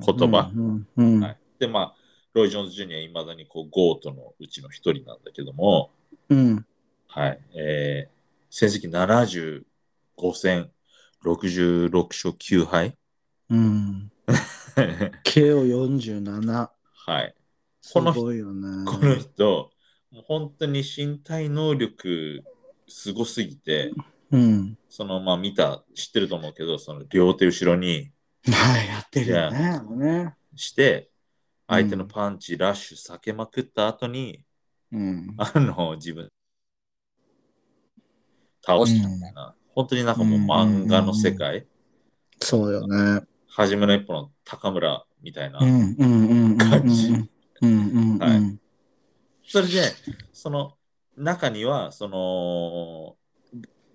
S1: 言葉
S2: うんうん
S1: はいで、まあ、ロイ・ジョーンズ・ジュニア、いまだにこう、ゴートのうちの一人なんだけども、
S2: うん
S1: はい、えー、成績75戦、66勝9敗。
S2: うん、KO47
S1: はい。
S2: す
S1: この
S2: ごいよね
S1: この人、もう本当に身体能力すごすぎて、
S2: うん
S1: そのまあ見た、知ってると思うけど、その両手後ろに
S2: はいやってるよねあのね
S1: して、
S2: うん
S1: 相手のパンチ、ラッシュ避けまくった後に、
S2: うん
S1: あの、自分、倒したみたいな、本当になんかもう漫画の世界、
S2: そうよね
S1: 初めの一歩の高村みたいな、
S2: うんうんうんうん
S1: 感じ
S2: うんうんうん
S1: は
S2: うん
S1: それで、その中には、その、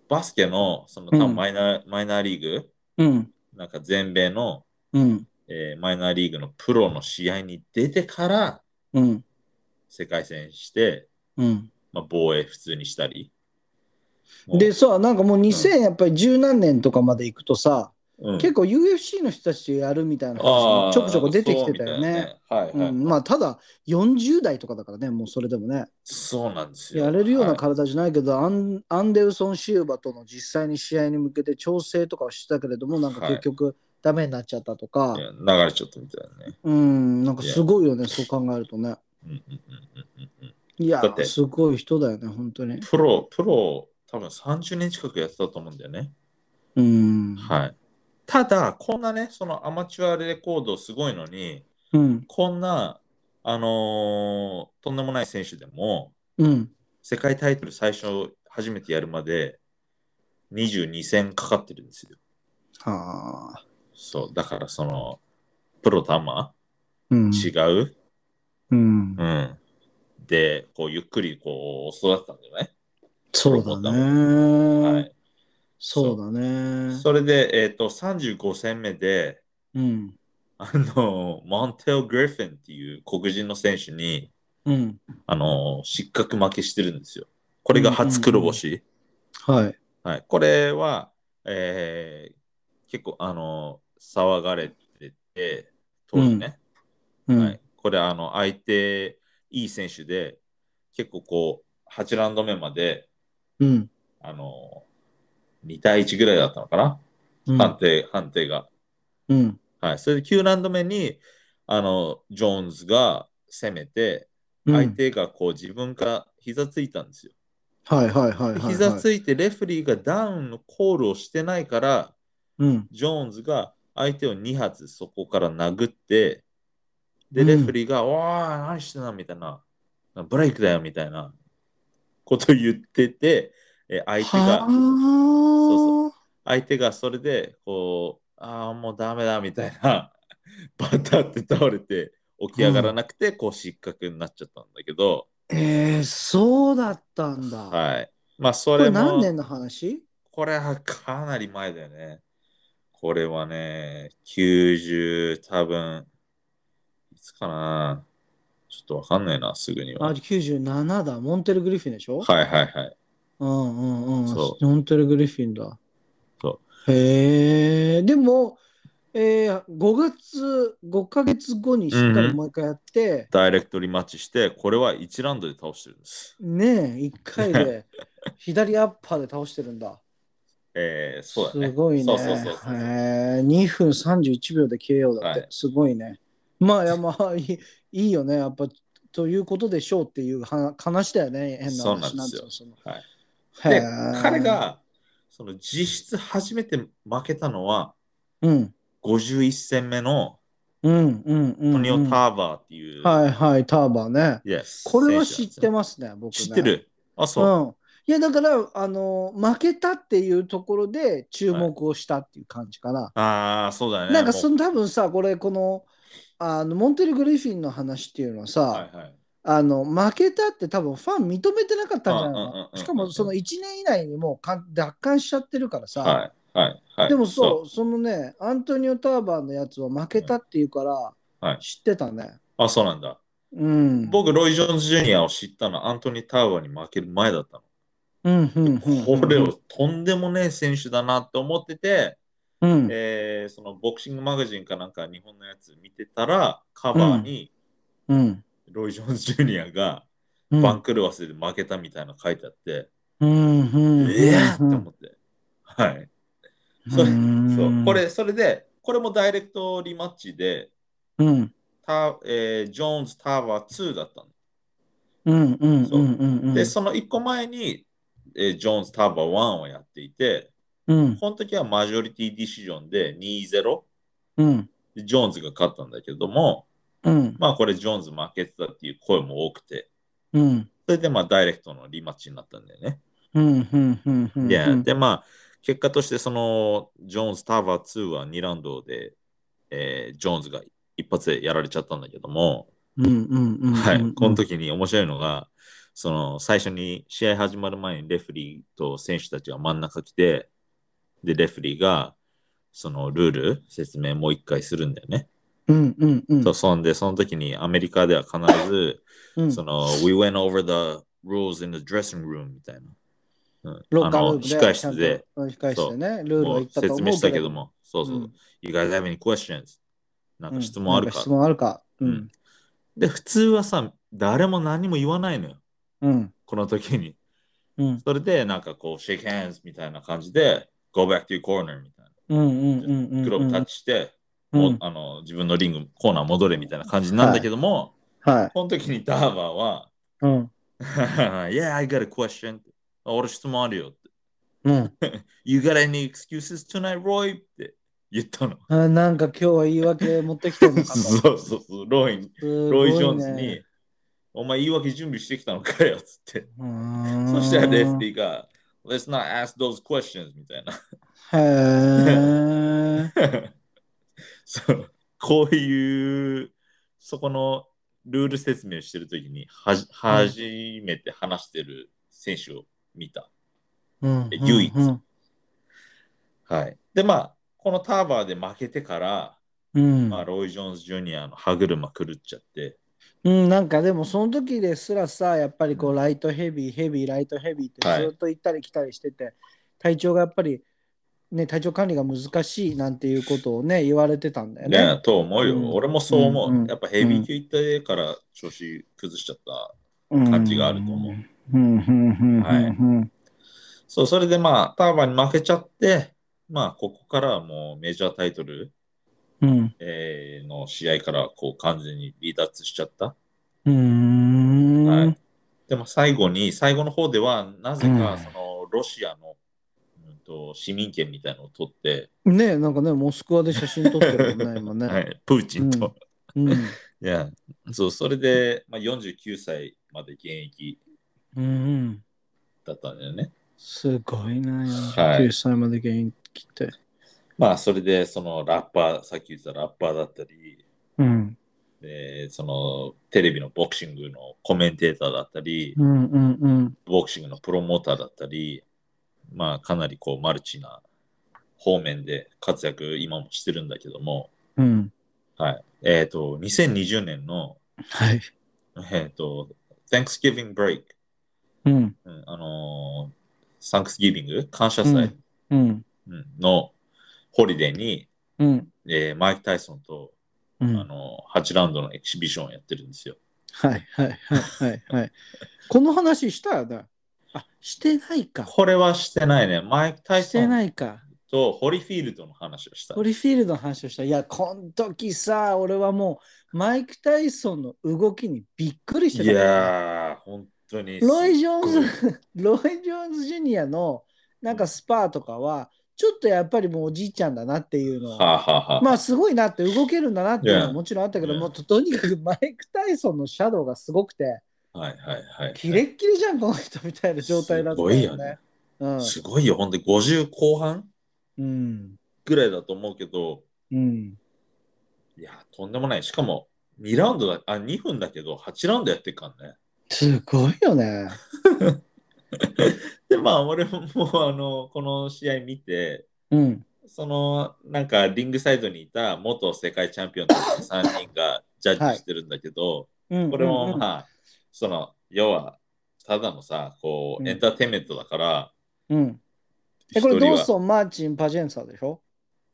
S1: バスケの、その、多
S2: う
S1: 分
S2: ん
S1: マイナー、マイナーリーグ、
S2: うん
S1: なんか全米の、
S2: うん
S1: えーマイナーリーグのプロの試合に出てから、
S2: うん
S1: 世界戦して、
S2: うん
S1: まあ、防衛普通にしたり。もう
S2: で、さなんかもう2000やっぱり十何年とかまで行くとさ
S1: うん
S2: 結構 UFC の人たちとやるみたいな
S1: あー
S2: 話もちょくちょく出てきてたよね。
S1: そうみたいなねはいはい、
S2: うん、まあただ40代とかだからねもうそれでもね
S1: そうなんですよ。
S2: やれるような
S1: はい
S2: 体じゃないけど、アンアンデルソン・シューバとの実際に試合に向けて調整とかはしてたけれどもなんか結局ダメになっちゃったとか、
S1: いや流れちゃったみたいなね。
S2: うんなんかすごいよねそう考えるとね
S1: うんうんうんうんうんうん
S2: いや
S1: だって
S2: すごい人だよね本当に
S1: プロ、プロ、多分30年近くやってたと思うんだよね。
S2: うん、
S1: はい。ただ、こんなね、そのアマチュアレコードすごいのに、
S2: うん
S1: こんな、あのーとんでもない選手でも、
S2: うん
S1: 世界タイトル最初、初めてやるまで、22戦かかってるんですよ。
S2: はあ
S1: そう、だからその、プロとアマ、
S2: うん
S1: 違う、
S2: うん
S1: うん。で、こう、ゆっくり、こう、育てたんじゃない
S2: そうだね、
S1: はい。
S2: そうだね
S1: それで、えっ、と、35戦目で、
S2: うん
S1: あの、モンテオ・グリフィンっていう黒人の選手に、
S2: うん
S1: あの、失格負けしてるんですよ。これが初黒星。
S2: はい
S1: はい。これは、えー結構、あの、騒がれてて、当時ね。
S2: うん、
S1: はい。これ、あの、相手、いい選手で、結構こう、8ラウンド目まで、
S2: うん
S1: あの、2対1ぐらいだったのかな、
S2: うん
S1: 判定、判定が。
S2: うん
S1: はい。それで9ラウンド目に、あの、ジョーンズが攻めて、
S2: うん
S1: 相手がこう自分から膝ついたんですよ。
S2: はいはいはいはい、
S1: で
S2: はい、
S1: 膝ついてレフェリーがダウンのコールをしてないから、
S2: うん
S1: ジョーンズが相手を2発そこから殴って、で、
S2: うん
S1: レフェリーが、おー、何してんのみたいな、ブレイクだよみたいなことを言ってて、え相手
S2: は
S1: が
S2: あ、
S1: そう相手がそれで、こう、ああ、もうダメだみたいな、バタって倒れて、起き上がらなくて、こう失格になっちゃったんだけど、
S2: えー、そうだったんだ。
S1: はい。まあ、そ
S2: これ
S1: れも。
S2: 何年の話
S1: これはかなり前だよね。これはね、90多分、いつかな。ちょっとわかんないな、すぐに
S2: あ
S1: は。
S2: ?97 だ。モンテル・グリフィンでしょ
S1: はいはいはい。
S2: うんうんうん。
S1: そ
S2: モンテル・グリフィンだ。
S1: そ
S2: へえ。でも、えー、5月、5ヶ月後にしっかりもう一回やって、
S1: ダイレクトリマッチして、これは1ラウンドで倒してるんです。
S2: ねえ、1回で左アッパーで倒してるんだ。
S1: えー、そうだね。
S2: すごいね。
S1: そうそうそうそう。
S2: へえ2分31秒で KO だって、
S1: はい
S2: すごいね。まあいや、まあいい、いいよね、やっぱ。ということでしょうっていうは話だよね、変な話なんですよ。その
S1: はい
S2: へ
S1: で
S2: ー、
S1: 彼、が、その実質初めて負けたのは、
S2: うん、
S1: 51戦目の
S2: うん、うん、うん。
S1: トニオ・
S2: うん
S1: ターバーっていう、
S2: はいはい、ターバーね。
S1: Yes
S2: これは知って
S1: 選
S2: ますね、僕ね。
S1: 手なんですよ知ってるあ、
S2: う
S1: そう。
S2: ん。いや、だから、あの、負けたっていうところで注目をしたっていう感じかな。
S1: ああ、そうだね。
S2: なんか
S1: もう
S2: その多分さこれこのあのモンテル・グリフィンの話っていうのはさ、
S1: はいはい。
S2: あの負けたって多分ファン認めてなかったんじゃない
S1: うんうんうん
S2: か
S1: うん
S2: なしかもその1年以内にもうか奪還しちゃってるからさ、
S1: はいはいはい。
S2: でもそうそのねアントニオ・ターバーのやつは負けたっていうから、
S1: はい
S2: 知ってたね
S1: あ、そうなんだ。
S2: うん
S1: 僕、ロイ・ジョーンズ・ジュニアを知ったのはアントニー・タワーに負ける前だった
S2: うんうんうんう
S1: の。
S2: ん
S1: これをとんでもねえ選手だなって思ってて、
S2: ううん。
S1: えーそのボクシングマガジンかなんか日本のやつ見てたら、カバーに
S2: うん。
S1: ロイ・ジョーンズ・ジュニアが
S2: うん。
S1: 番狂わせで負けたみたいなの書いてあって、
S2: うん。うん。
S1: ええって思って。はい。それ
S2: うん
S1: そう、こ。れ、それで、これもダイレクトリマッチで、
S2: うん。
S1: タえージョーンズ・タワー2だったの。
S2: うん。うん。
S1: そう
S2: うん。うん。
S1: で、その1個前に、えージョーンズ・タワー1をやっていて、
S2: うん。
S1: この時はマジョリティディシジョンで2-0、
S2: うん。
S1: でジョーンズが勝ったんだけども、
S2: うん。
S1: まあこれジョーンズ負けてたっていう声も多くて、
S2: うん。
S1: それでまあダイレクトのリマッチになったんだよね。
S2: うん。うん。うん。うん。
S1: で、でまあ結果としてそのジョーンズ・タワー2は2ラウンドで、えージョーンズが一発でやられちゃったんだけども、
S2: うん。うん。うん。
S1: はい、この。時に面白いのが、その最初に試合始まる前にレフェリーと選手たちが真ん中来て、で、レフェリーがそのルール説明もう一回するんだよね。
S2: うん。うん。うん。
S1: そうそんで、その時にアメリカでは必ず、
S2: うん。
S1: その、We went over the rules in the dressing room みたいな。うん
S2: ロッカー
S1: あの
S2: ルームで。
S1: 控室で。
S2: 控室でね、ルールを
S1: も
S2: 言
S1: う
S2: ったと思う
S1: 説明したけども、そう
S2: け
S1: そ
S2: ど。
S1: う。You guys have any questions? なん
S2: う
S1: か
S2: ん
S1: 質問ある
S2: なん
S1: か
S2: 質問あるか。う
S1: うんん。で、普通はさ、誰も何も言わないのよ。
S2: うん。
S1: この時に。
S2: うん。
S1: それで、なんかこう、shake hands みたいな感じで、go back to your corner みたい
S2: うん。うん。うん。うん。
S1: な。グローブタッチして、
S2: う。
S1: もうんあの自分のリングコーナー戻れみたいな感じなんだけども、
S2: はい。
S1: この時にダーバーは、
S2: うん。
S1: yeah, I got a question. あ俺質問あるよって。
S2: うん。
S1: You got any excuses tonight, Roy? って言ったの。
S2: あなんか今日は言い訳持ってきてるのかと。す
S1: そうそうそう、ロイに、
S2: ごいね
S1: ロイ・ジョーンズに、。お前言い訳準備してきたのかよっつって。
S2: うーん
S1: そしたらレフリーが、Let's not ask those questions みたい
S2: へえ。
S1: な。 そうこういう、そこのルール説明をしてるときにはじ、初めて話してる選手を見た。
S2: うん
S1: 唯一
S2: うん
S1: はい。で、まあ、このターバーで負けてから、
S2: うん
S1: まあ、ロイ・ジョーンズ・ジュニアの歯車狂っちゃって、
S2: うん、なんかでもその時ですらさやっぱりこうライトヘビーヘビーライトヘビーって
S1: はい
S2: ずっと行ったり来たりしてて、体調がやっぱりね体調管理が難しいなんていうことをね言われてたんだよ
S1: いや
S2: ね。
S1: と思うよ、
S2: うん
S1: 俺もそう思う。
S2: うんうん
S1: やっぱヘビー級行ってから調子崩しちゃった。
S2: 感
S1: 感じがあると思う。
S2: うんうんうん
S1: はい
S2: うん
S1: そう、それでまあ、ターバーに負けちゃって、まあ、ここからはもうメジャータイトル、
S2: うん
S1: えーの試合からこう完全に離脱しちゃった。
S2: うーん
S1: はい。でも最後に、最後の方では、なぜ
S2: う
S1: か
S2: ん
S1: そのロシアの、うん、と市民権みたいのを取って、
S2: ねえなんかねモスクワで写真撮ってるもんね今ね。
S1: はい、プーチンと、
S2: うんうん
S1: いや、そう、それで、まあ、49歳まで現役
S2: うん
S1: だったんだよね。
S2: すごいな
S1: はい
S2: 49歳まで現役って。
S1: まあ、それで、そのラッパー、さっき言ったラッパーだったり、
S2: うん
S1: でそのテレビのボクシングのコメンテーターだったり
S2: う、んうんうん
S1: ボクシングのプロモーターだったり、まあ、かなりこうマルチな方面で活躍、今もしてるんだけども、
S2: うん
S1: はい。えっ、と、2020年の、
S2: はい。
S1: えっ、と、Thanksgiving Break、
S2: うん
S1: うん、あのー、Thanksgiving、感謝
S2: う
S1: 祭
S2: んうん
S1: うんのホリデーに、
S2: うん
S1: えーマイク・タイソンと、
S2: う
S1: あ
S2: ん
S1: のー、8ラウンドのエキシビションをやってるんですよ。
S2: はいはいはいはいはい。 この話したよね。あしてないか。
S1: これはしてないね。マイク・タイ
S2: し
S1: ソ
S2: て
S1: ン
S2: ないか。
S1: とホリフィールドの話をした。
S2: ホリフィールドの話をした。いや、この時さ、俺はもうマイク・タイソンの動きにびっくりして
S1: い
S2: た。
S1: やー、本当にすっごい。
S2: ロイ・ジョーンズ、ロイ・ジョーンズ・ジュニアのなんかスパーとかは、ちょっとやっぱりもうおじいちゃんだなっていうのは
S1: は。あ、はあはあ、
S2: まあすごいなって動けるんだなっていうのは
S1: Yeah.
S2: もちろんあったけど、
S1: Yeah.
S2: もうととにかくマイク・タイソンのシャドウがすごくて、
S1: はいはいはい。
S2: キレッキレじゃん、この人みたいな状態だったよ
S1: すごいよね。
S2: うん。
S1: すごいよ、ほんで50後半
S2: うん。
S1: ぐらいだと思うけど、
S2: うん。
S1: いや、とんでもない。しかも、2ラウンドだ、あ、2分だけど、8ラウンドやってっからね。
S2: すごいよね。
S1: で、まあ、俺ももう、あの、この試合見て、
S2: うん。
S1: その、なんか、リングサイドにいた元世界チャンピオンたち3人がジャッジしてるんだけど、
S2: うん、
S1: これも、
S2: うん
S1: まあ、その、要は、ただのさ、こ
S2: うん
S1: う、エンターテインメントだから、
S2: うん。え、これ、
S1: 一人
S2: ド
S1: は
S2: ーソン、マーチン、パジェンサーでしょ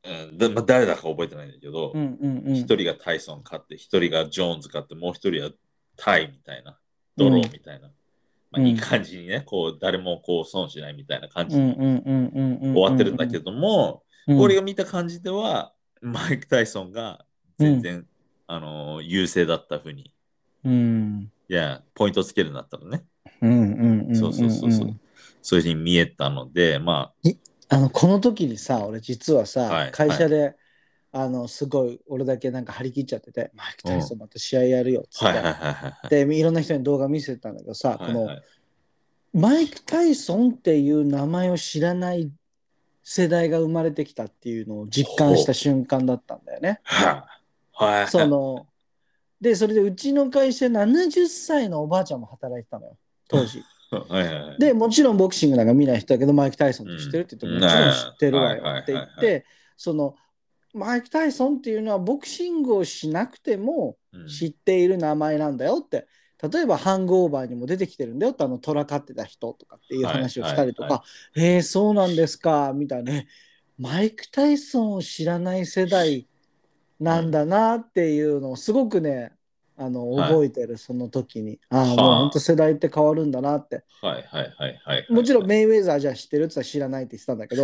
S1: うんだまあ、誰だか覚えてないんだけど、
S2: うんうんうん。
S1: 一人がタイソン買って、一人がジョーンズ買って、もう一人はタイみたいな、ドローみたいな。まあ、
S2: うん
S1: いい感じにね、こう、誰もこう損しないみたいな感じ
S2: うん
S1: で
S2: うんうんうんうん。
S1: 終わってるんだけども、
S2: うん、
S1: 俺が見た感じでは、マイク・タイソンが全然、あのー優勢だったふうに。
S2: うん。
S1: いや、ポイントつけるんだったらね。
S2: うんうんうん。
S1: そうそうそうそう。。そういうふうに見えたので、ま
S2: あの、この時にさ、俺実はさ、
S1: はい
S2: 会社で、あの、すごい、俺だけなんか張り切っちゃってて、マイク・タイソンまた試合やるよっつ
S1: あ、は
S2: って。
S1: いはいはいはいはい。
S2: でいろんな人に動画見せたんだけどさ、
S1: はい
S2: こ
S1: は
S2: の
S1: い
S2: マイク・タイソンっていう名前を知らない世代が生まれてきたっていうのを実感した瞬間だったんだよね。
S1: はいはい。
S2: そのでそれでうちの会社70歳のおばあちゃんも働いてたのよ当時。
S1: はいはいはい、
S2: でもちろんボクシングなんか見ない人だけどマイク・タイソンって知ってるって言
S1: う
S2: って、
S1: ん
S2: もちろん知ってるわよ
S1: ね
S2: って言っ
S1: はいはいはい
S2: てそのマイク・タイソンっていうのはボクシングをしなくても
S1: うん
S2: 知っている名前なんだよって例えばハングオーバーにも出てきてるんだよってあの虎飼ってた人とかっていう話をしたりと
S1: はいは
S2: か「へえそうなんですか」みたいなねマイク・タイソンを知らない世代なんだなっていうのをすごくねあの
S1: はい
S2: 覚えてるその時に、ああ
S1: は
S2: もう
S1: あ
S2: ほんと世代って変わるんだなって
S1: はいはいはいはい。
S2: もちろんメイウェザーじゃ知ってるって言ったら知らないって言ってたんだけ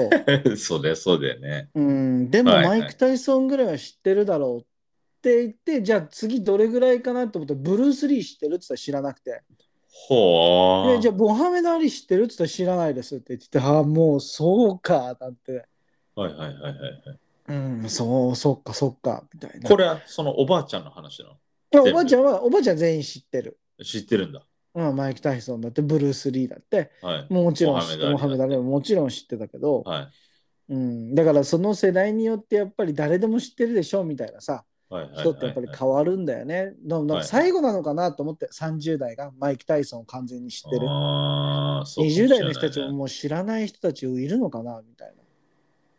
S2: ど
S1: それそうだよね。
S2: うんでも
S1: はいは
S2: マ
S1: い
S2: イク・タイソンぐらいは知ってるだろうって言ってじゃあ次どれぐらいかなと思ってブルース・リー知ってるって言ったら知らなくて
S1: ほ
S2: で
S1: う。
S2: じゃあモハメド・アリ知ってるって言ったら知らないですって言っててああもうそうかなんて、
S1: はいはいはいはいはい。
S2: うん、そうそっかそっかみたいな
S1: これはそのおばあちゃんの話なの
S2: でおばあちゃんはおばあちゃん全員知ってる、
S1: 知ってるんだ。
S2: うん、マイク・タイソンだってブルース・リーだって
S1: はい。
S2: もちろん知ってモ
S1: モ
S2: ハ
S1: ハ
S2: メ
S1: メ
S2: ド・
S1: ド
S2: ア
S1: ア
S2: リ
S1: リ
S2: はもちろん知ってたけど、
S1: はい。
S2: うん、だからその世代によってやっぱり誰でも知ってるでしょみたいなさ
S1: はいはいはいはい、
S2: 人ってやっぱり変わるんだよね。だから
S1: はい
S2: 最後なのかなと思って30代がマイク・タイソンを完全に知ってる。
S1: ああ、そうかもしれ
S2: 20
S1: ない
S2: 代
S1: ね
S2: の人たちももう知らない人たちいるのかなみたいな。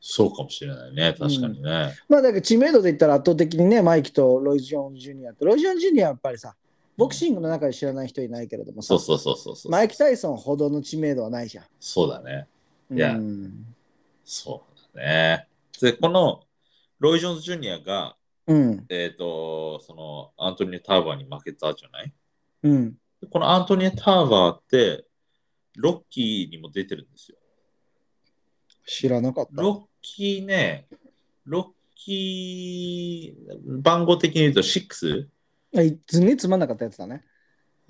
S1: そうかもしれないね。確かにね。
S2: まあだけど知名度で言ったら圧倒的にねマイクとロイ・ジョーンズ・ジュニアってロイ・ジョーンズ・ジュニアはやっぱりさボクシングの中で知らない人いないけれどもさ
S1: そうそうそうそうそう。
S2: マイク・タイソンほどの知名度はないじゃん。
S1: そうだね。
S2: うん
S1: いやそうだね。で、このロイ・ジョーンズ・ジュニアが、
S2: うん
S1: えっ、と、そのアントニオ・ターバーに負けたじゃない
S2: うん
S1: このアントニオ・ターバーって、ロッキーにも出てるんですよ。
S2: 知らなかった。
S1: ロッキーね、ロッキー、番号的に言うと 6?
S2: あいつねつまんなかったやつだね。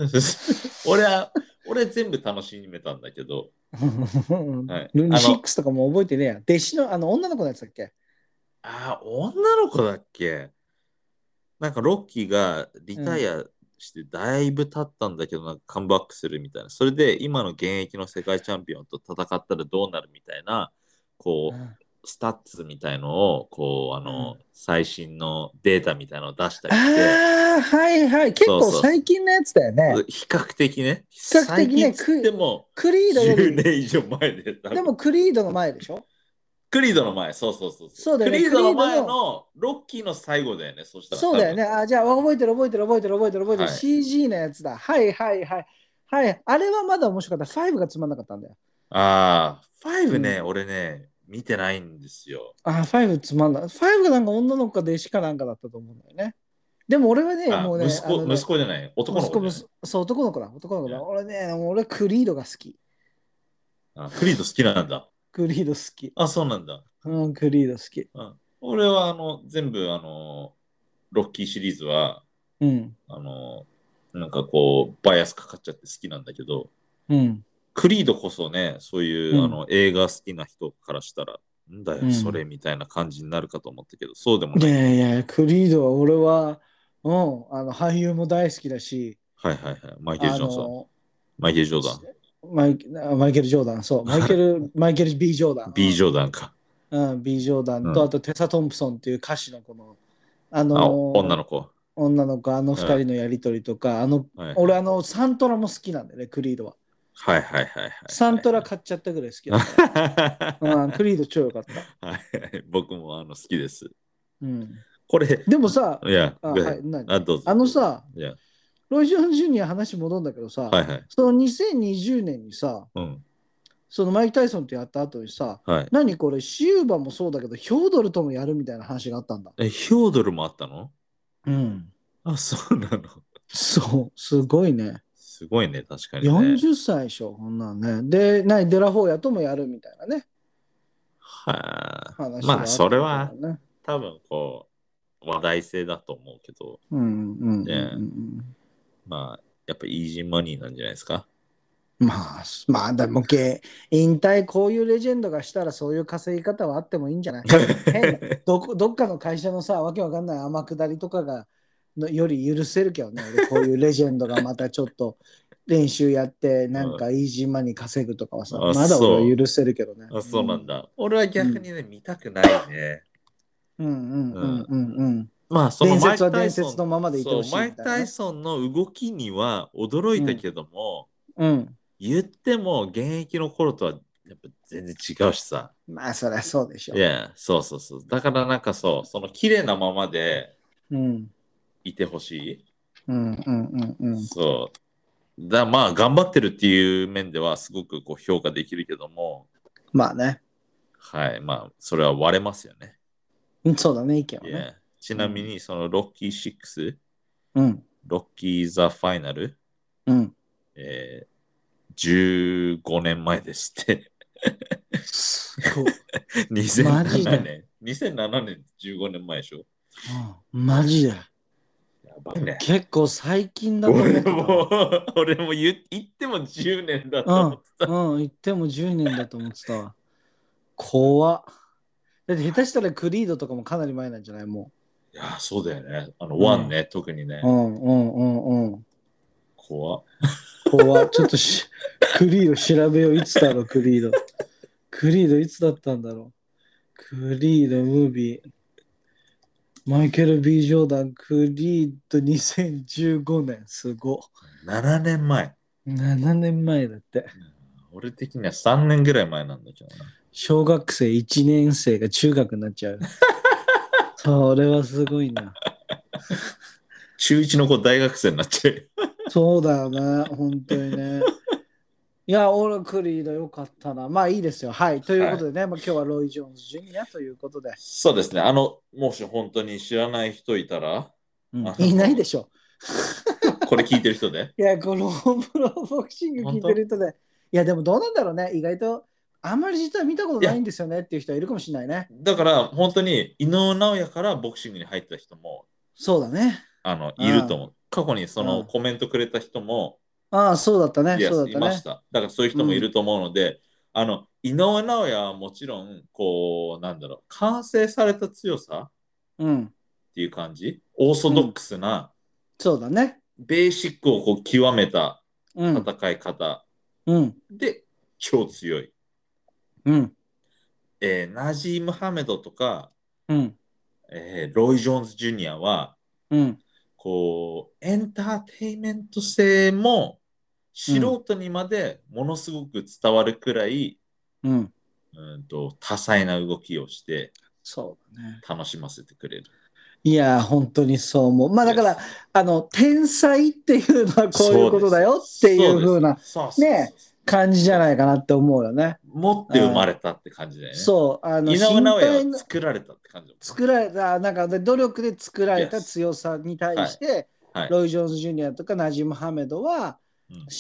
S1: 俺は、俺全部楽しめたんだけど、はい、
S2: ルー
S1: あ
S2: シッ
S1: の
S2: クスとかも覚えてねえや。弟子のあの女の子のやつだっけ
S1: あー、女の子だっけなんかロッキーがリタイアしてだいぶ経ったんだけど、なんかカムバックするみたいな。それで今の現役の世界チャンピオンと戦ったらどうなるみたいな、こう、スタッツみたいのをこうあの、
S2: う
S1: 最新のデータみたいのを出したりして
S2: ああはいはい結
S1: そう
S2: 構
S1: そう
S2: 最近のやつだよね。
S1: 比較的ね
S2: 比較的ね
S1: 最近っつっても
S2: クリードよ
S1: 10
S2: り
S1: 年以上前で多分
S2: でもクリードの前でしょ
S1: クリードの前そうそうそう
S2: そうだよね
S1: クリードの前
S2: クリード
S1: のロッキーの最後だよねそしたら
S2: そうだよね。あじゃあ覚えてる覚えてる覚えてる覚えてる覚えてる、
S1: はい
S2: CG のやつだ。はいはいはい。はい。あれはまだ面白かった。5がつまんなかったんだよ。
S1: ああ5ね、
S2: う
S1: 俺ね見てないんですよ
S2: あ5つまんな。5がなんか女の子か弟子かなんかだったと思うんだよね。でも俺はね、
S1: あ
S2: もうね、
S1: 息
S2: あの
S1: 子
S2: ね
S1: 息子じゃない男の
S2: 息子
S1: 子
S2: も
S1: じゃない
S2: そう、男の子だ。男の子
S1: う
S2: だ。
S1: ん
S2: 俺ね、もう俺クリードが好き。
S1: あクリード好きなんだ
S2: クリード好き。
S1: あそうなんだ
S2: うん、クリード好き。
S1: 俺はあの全部あのロッキーシリーズは
S2: うん。
S1: あの、なんかこう、バイアスかかっちゃって好きなんだけど、
S2: うん。
S1: クリードこそね、そういう、
S2: うん
S1: あの映画好きな人からしたら、んだよ、
S2: うん
S1: それみたいな感じになるかと思ったけど、そうでも
S2: い
S1: ない。
S2: やいやいや、クリードは俺は、うん、あの俳優も大好きだし、
S1: はいはいはい。マイケル・
S2: あ
S1: ジョンソン。
S2: の
S1: マイケル・ジョーダン。
S2: マイあマイケル・ジョーダン、そう、マイケル、マイケル・ B ・ジョーダン。
S1: B ・ジョーダンか。
S2: うん、B ・ジョーダン
S1: う
S2: と、
S1: ん
S2: あとテサ・トンプソンっていう歌手のこの、あ
S1: あ、
S2: の
S1: 女の子。
S2: 女の子、あの二人のやりとりとか、あの、
S1: はい、
S2: 俺、あの、サントラも好きなんだよね、クリードは。
S1: はいはいはいはい。
S2: サントラ
S1: か。
S2: 買っちゃったぐらい好きだか
S1: は
S2: ら。うん、クリード超良かった。
S1: い、 僕もあの好きです。
S2: うん。
S1: これ、
S2: でもさ、
S1: いや、
S2: あ、
S1: ごめん
S2: はい、何
S1: あどうぞ。
S2: あのさ、
S1: いや、
S2: ロイ・ジョーン・ジュニア話戻るんだけどさ、
S1: はいはい。
S2: その2020年にさ、
S1: うん。
S2: そのマイク・タイソンとやった後にさ、
S1: はい。
S2: 何これ、シウバもそうだけど、ヒョードルともやるみたいな話があったんだ。
S1: え、ヒョードルもあったの
S2: うん。
S1: あ、そうなの。
S2: そう、すごいね。
S1: すごいね、確かにね。
S2: 40歳でしょ、こんなんね。で、何、デラフォーヤともやるみたいなね、
S1: は
S2: 話
S1: い。
S2: が
S1: ま
S2: っ
S1: あ、
S2: た
S1: そ
S2: ん
S1: れ
S2: だよ
S1: は
S2: ね。
S1: 多分こう、話題性だと思うけど、
S2: うんうんうんうん
S1: ね
S2: うん
S1: まあ、やっぱイージーマニーなんじゃないですか。
S2: まあ、まあ、でも、け引退、こういうレジェンドがしたら、そういう稼ぎ方はあってもいいんじゃない変などこどっかの会社のさ、わけわかんない天下りとかがのより許せるけどね、俺こういうレジェンドがまたちょっと練習やって、なんかイージーマに稼ぐとかはさ、
S1: あ
S2: まだ
S1: そう
S2: 俺は許せるけどね。
S1: あ、そうなんだ。俺は逆にね、見たくないね。
S2: うんうんうんうんうん。
S1: まあ、その
S2: 伝
S1: マイク
S2: 説は
S1: タイ
S2: 伝
S1: ソン
S2: 説のままでいて
S1: そ
S2: ほ
S1: う
S2: しいみ
S1: マ
S2: た
S1: イ
S2: い
S1: ク・
S2: な
S1: タ
S2: ね
S1: イ。ソンの動きには驚いたけども、
S2: うん。
S1: 言っても現役の頃とはやっぱ全然違うしさ。
S2: まあ、そりゃそうでしょ
S1: い。や、そうそうそう。だからなんかそう、その綺麗なままで
S2: うん
S1: いてほし
S2: うんうんうんう
S1: い。
S2: ん。
S1: そう。だまあ、頑張ってるっていう面ではすごくこう評価できるけども、
S2: まあね。
S1: はい、まあ、それは割れますよね。
S2: うんそうだね、意見はいね。
S1: やちなみに、そのロッキー6、
S2: うん
S1: ロッキー・ザ・ファイナル、
S2: うん。
S1: えー、15年前ですって。
S2: すごい。マ
S1: 2007
S2: ジ
S1: 年
S2: で。
S1: 2007年15年前でしょ。
S2: うんマジで。
S1: やばいね。
S2: 結構最近だと思って
S1: 俺
S2: た
S1: も、 俺も言言っても10年だと思ってた。
S2: うん、言っても10年だと思ってたわ。怖っ。だって下手したらクリードとかもかなり前なんじゃないも
S1: いや、そうだよね。あの、
S2: うん
S1: ワンね、特にね
S2: う。う。んうんうんうん。
S1: 怖っ
S2: 怖っ。ちょっとしクリード調べよう。いつだろう、クリード。クリードいつだったんだろう。クリードムービー。マイケル・ B ・ジョーダン、クリード2015年。すご。
S1: 7年前。
S2: 7年前だって。
S1: 俺的には3年ぐらい前なんだけどな。
S2: 小学生1年生が中学になっち ゃう。それはすごいな。
S1: 中1の子大学生になっちゃう。
S2: そうだよね、本当に ね。いや、オールクリードよかったな。まあいいですよ。はい。ということでね、まあ、今日はロイ・ジョーンズ・ジュニアということで。
S1: そうですね。あの、もし本当に知らない人いたら、あ
S2: いないでしょ。
S1: これ聞いてる人で。
S2: いや、このプロボクシング聞いてる人で。いや、でもどうなんだろうね。意外と、あんまり実は見たことないんですよねっていう人はいるかもしれないね。
S1: だから、本当に井上尚弥からボクシングに入った人も
S2: そうだね。
S1: あのいると思う。過去にそうの
S2: ん
S1: コメントくれた人も、
S2: ああ、そうだったね。
S1: いや
S2: そう
S1: い
S2: だった
S1: ま
S2: ね
S1: し。た。だからそういう人もいると思うので、あの井上尚弥はもちろん、こう、なんだろう、完成された強さ
S2: うん。
S1: っていう感じ、オーソドックスな、
S2: そうだね。
S1: ベーシックをこう極めた
S2: うん。
S1: 戦い方
S2: うん。
S1: で、超強い。
S2: うん。
S1: えーナジー・ムハメドとか、
S2: うん。
S1: えーロイ・ジョーンズ・ジュニアは、
S2: うん。
S1: こう、エンターテインメント性も素人にまでものすごく伝わるくらい、
S2: うん。
S1: うん、と多彩な動きをして
S2: そうだね。
S1: 楽しませてくれる。
S2: いや、本当にそう思う。まあだから、あの、天才っていうのはこういうことだよっていう風
S1: そう
S2: な
S1: ですそうです
S2: ね感じじゃないかなって思うよね。
S1: 持って生まれたって感じだよね。
S2: そう、あの、
S1: 井上尚
S2: 身体
S1: 弥は
S2: の
S1: 作られたって感じだ
S2: 作られた、なんかで努力で作られた
S1: Yes
S2: 強さに対して、
S1: もん。はい。
S2: ロイ・ジョーンズ・ジュニアとかナジム・ハメドは、
S1: うん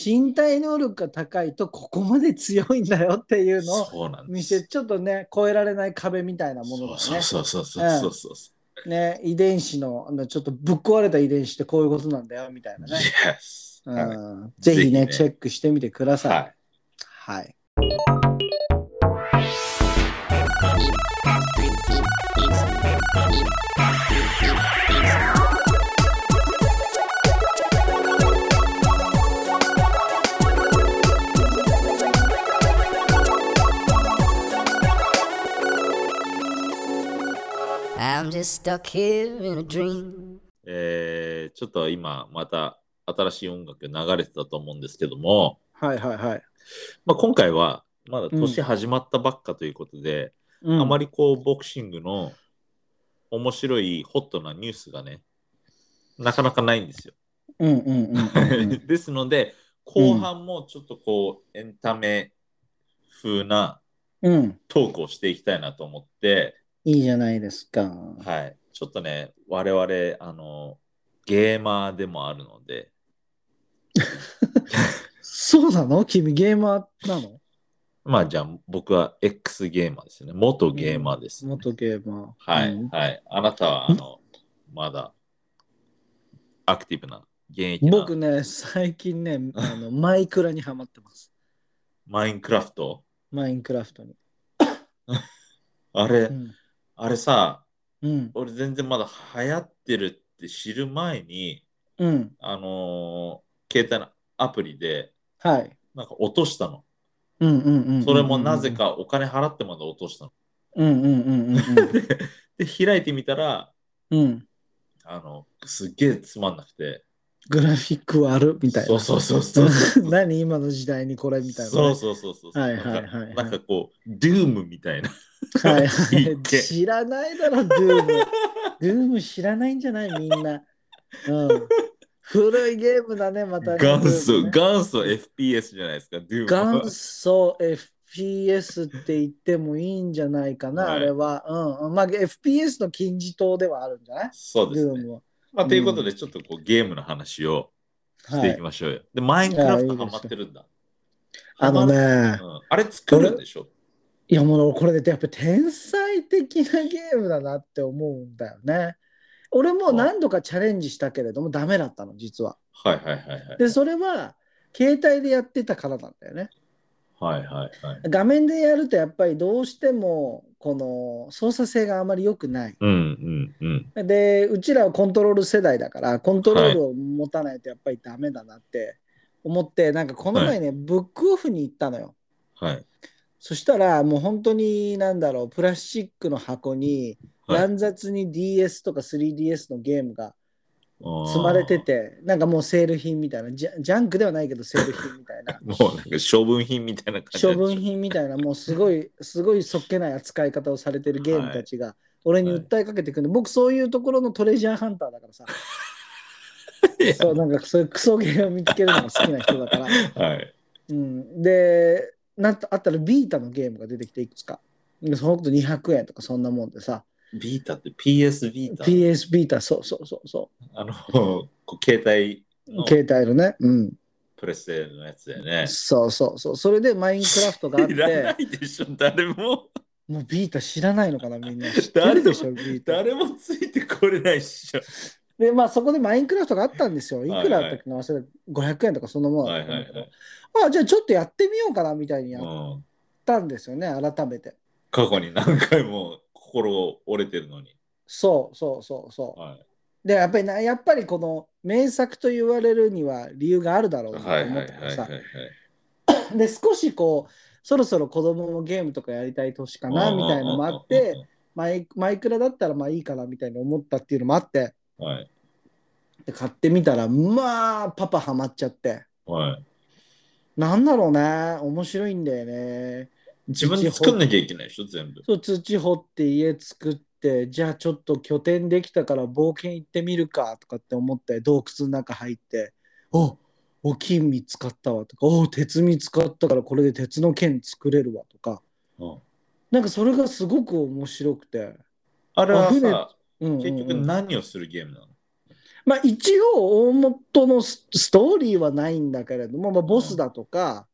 S2: 身体能力が高いとここまで強いんだよっていうのを
S1: そうなんで
S2: 見
S1: す
S2: せ、。ちょっとね、越えられない壁みたいなものだ
S1: そ
S2: ね
S1: う。そうそうそうそうそうそう。
S2: ね、遺伝子のあのちょっとぶっ壊れた遺伝子ってこういうことなんだよみたいなね。
S1: Yes
S2: う
S1: はい
S2: んぜひ
S1: ぜ
S2: ね
S1: ひね
S2: チェックしてみてくだ
S1: は
S2: さい。
S1: い。
S2: はい。
S4: I'm just stuck here in a dream.
S1: えーちょっと今また新しい音楽流れてたと思うんですけども、
S2: はいはいはい。
S1: まあ、今回はまだ年始まったばっかということで、あま
S2: り
S1: りこうボクシングの面白いホットなニュースがねなかなかないんですよ。
S2: うんうん うんうんうん
S1: ですので後半もちょっとこうエンタメ風な
S2: うん。
S1: トークをしていきたいなと思って、
S2: いいじゃないですか。
S1: はい。ちょっとね、我々、あの、ゲーマーでもあるので、
S2: そうなの君ゲーマーなの
S1: まあじゃあ僕は X ゲーマーですね。元ゲーマーですね、
S2: 元ゲーマー。
S1: はい、
S2: うん
S1: はい。あなたは、あの、まだ、アクティブな、現役な、
S2: 僕ね、最近ね、あ のマイクラにハマってます。
S1: マインクラフト
S2: マインクラフトに。
S1: あれ、
S2: うん。
S1: あれさ、
S2: うん。
S1: 俺全然まだ流行ってるって知る前に、
S2: うん、
S1: あのー携帯のアプリで、
S2: はい。
S1: なんか落としたの。
S2: うんうんうんうん。
S1: それもなぜ。かお金払ってまで落としたの。
S2: うんうんうんうん
S1: で、開いてみたら、
S2: うん。うん。
S1: あの、すっげえつまんなくて。
S2: グラフィックはあるみたいな。
S1: そうそうそうそう。
S2: 何今の時代にこれみたいな。
S1: そうそうそうそう。
S2: はいはいはいはい
S1: なんかこう、ドゥームみた いな。
S2: はい は
S1: すっ
S2: い。
S1: げえ
S2: 知らないだろ、ド ゥーム。ドゥーム知らないんじゃないみんな。うん。古いゲームだね、またね。
S1: 元祖、
S2: ドゥームね
S1: 元祖 FPS じゃないですか、ドゥームは
S2: 元祖 FPS って言ってもいいんじゃないかな、
S1: はい
S2: あれは。うんうん。まあ、FPS の金字塔ではあるんじゃない
S1: そう
S2: ド
S1: です
S2: ゥー
S1: ね。
S2: ムは。
S1: まあ、ということで、ちょっとこうゲームの話をし
S2: は
S1: てい
S2: い
S1: き。ましょうよ。で、マインクラフ
S2: い
S1: ト
S2: やいいで
S1: ハ
S2: す
S1: マってるんだ。
S2: あの
S1: ハマ
S2: ね
S1: る、、うんあれ作るんでしょ
S2: いやもうこれでやっぱ天才的なゲームだなって思うんだよね。俺も何度かチャレンジしたけれどもダメだったの、実は。
S1: はいはいはいはい。
S2: で、それは携帯でやってたからなんだよね。
S1: はいはいはい。
S2: 画面でやるとやっぱりどうしてもこの操作性があまり良くない。
S1: うんうんうん。
S2: で、うちらはコントロール世代だから、コントロールを持たないとやっぱりダメだなって思って、なんかこの前ね、ブックオフに行ったのよ。
S1: はい。
S2: そしたらもう本当になんだろうプラスチックの箱に
S1: はい
S2: 乱雑に DS とか 3DS のゲームが積
S1: 積
S2: まれて。てなんかもうセール品みたいなジャジャンクではないけどセール品みたい な
S1: もうなんか処分品みたいな感じ
S2: 処
S1: なんでしょ
S2: 分。品みたいなもうす ごいすごいそっけない扱い方をされてるゲームたちが俺に訴えかけてくるの僕そういうところのトレジャーハンターだからさ
S1: いや
S2: そうなんかそういうクソゲーを見つけるのが好きな人だから、
S1: はい。
S2: うん、でなんとあったらビータのゲームが出てきていくつかでそのこと200円とかそんなもんでさ
S1: ビータって PS ビータ。
S2: PS ビータ、そうそうそうそ
S1: あの、こう携帯の
S2: う。携帯のね。うん。
S1: プレステのやつだよね。
S2: そうそうそう。それでマインクラフトが あっ
S1: いらな
S2: て、
S1: いでしょ、誰も。
S2: もうビータ知らないのかな、みんな。知ってるでしょ、ビータ。
S1: 誰もついてこれないっしょ。
S2: で、まあそこでマインクラフトがあったんですよ。いくら
S1: はいは
S2: だ
S1: い
S2: ったっけな、忘れた500円とかそんなもん
S1: は
S2: だっ
S1: い
S2: た
S1: は
S2: んだ
S1: い
S2: け
S1: は
S2: ど
S1: い。
S2: あ、じゃあちょっとやってみようかな、みたいにやっ
S1: うん、
S2: たんですよね、改めて。
S1: 過去に何回も心を折れてるのに。
S2: そうそうそうそ
S1: は
S2: う。で、やっぱりな、やっぱりこの名作と言われるには理由があるだ
S1: い
S2: ろ
S1: う
S2: なと
S1: はいはい
S2: 思
S1: は
S2: っ
S1: い
S2: たか
S1: は
S2: ら
S1: い
S2: さ
S1: は。い。
S2: で、少しこう、そろそろ子供もゲームとかやりたい年かな、みたいなのもあって、マイマイクラだったらまあいいかなみたいに思ったっていうのもあって
S1: うんうんうんうん。はい
S2: で買ってみたらまあパパハマっちゃって
S1: はい。
S2: なんだろうね面白いんだよね
S1: 自分で作んなきゃいけないでしょ、全部。
S2: そう土掘って家作ってじゃあちょっと拠点できたから冒険行ってみるかとかって思って洞窟の中入っておお金見つかったわとかお鉄見つかったからこれで鉄の剣作れるわとか
S1: うん
S2: なんかそれがすごく面白くて、
S1: あれは
S2: 船
S1: さ、
S2: うんうんうん
S1: 結局何をするゲームなの
S2: まあ、一応大元のスストーリーはないんだけれども、まあ、ボスだとか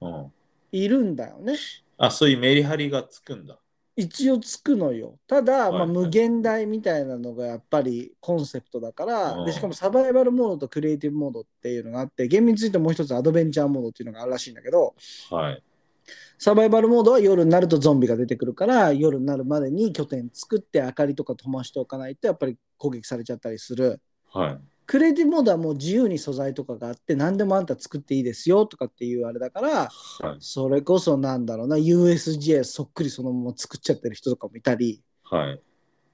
S1: うん
S2: いるんだよね、
S1: あ、そういうメリハリがつくんだ。
S2: 一応つくのよただ、ま
S1: はいは
S2: あ、
S1: い
S2: 無限大みたいなのがやっぱりコンセプトだから、
S1: うん
S2: でしかもサバイバルモードとクリエイティブモードっていうのがあって厳密に言うともう一つアドベンチャーモードっていうのがあるらしいんだけど
S1: はい。
S2: サバイバルモードは夜になるとゾンビが出てくるから夜になるまでに拠点作って明かりとか灯しておかないとやっぱり攻撃されちゃったりする。
S1: はい。
S2: クレイティブモードはもう自由に素材とかがあって何でもあんた作っていいですよとかっていうあれだから
S1: はい。
S2: それこそなんだろうな USJ そっくりそのまま作っちゃってる人とかもいたり
S1: はい。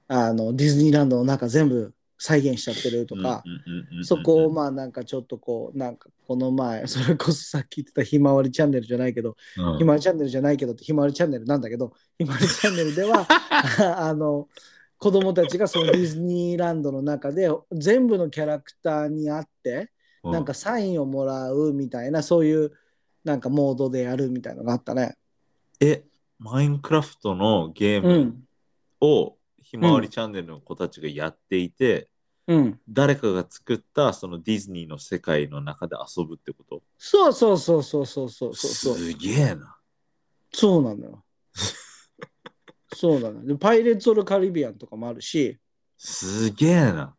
S2: あのディズニーランドの中全部再現しちゃってるとか、
S1: うんうんうんうんうん
S2: そこをまあなんかちょっとこうなんかこの前 それこそさっき言ってたひまわりチャンネルじゃないけど
S1: うん
S2: ひまわりチャンネルじゃないけどってひまわりチャンネルなんだけどひまわりチャンネルで はああの子供たちがそのディズニーランドの中で全部のキャラクターに会って
S1: う
S2: なんかサインをもらうみたいなそういうなんかモードでやるみたいのがあったね。
S1: え、マインクラフトのゲー
S2: う
S1: ム
S2: ん。
S1: をひまわりチャンネルの子たちがやっていて、
S2: うん。
S1: 誰かが作ったそのディズニーの世界の中で遊ぶってこと
S2: そうそうそうそうそうそうそう。
S1: すげえな。
S2: そうなのよ。 そうなのよで。パイレーツ・オル・カリビアンとかもあるし、
S1: すげえな。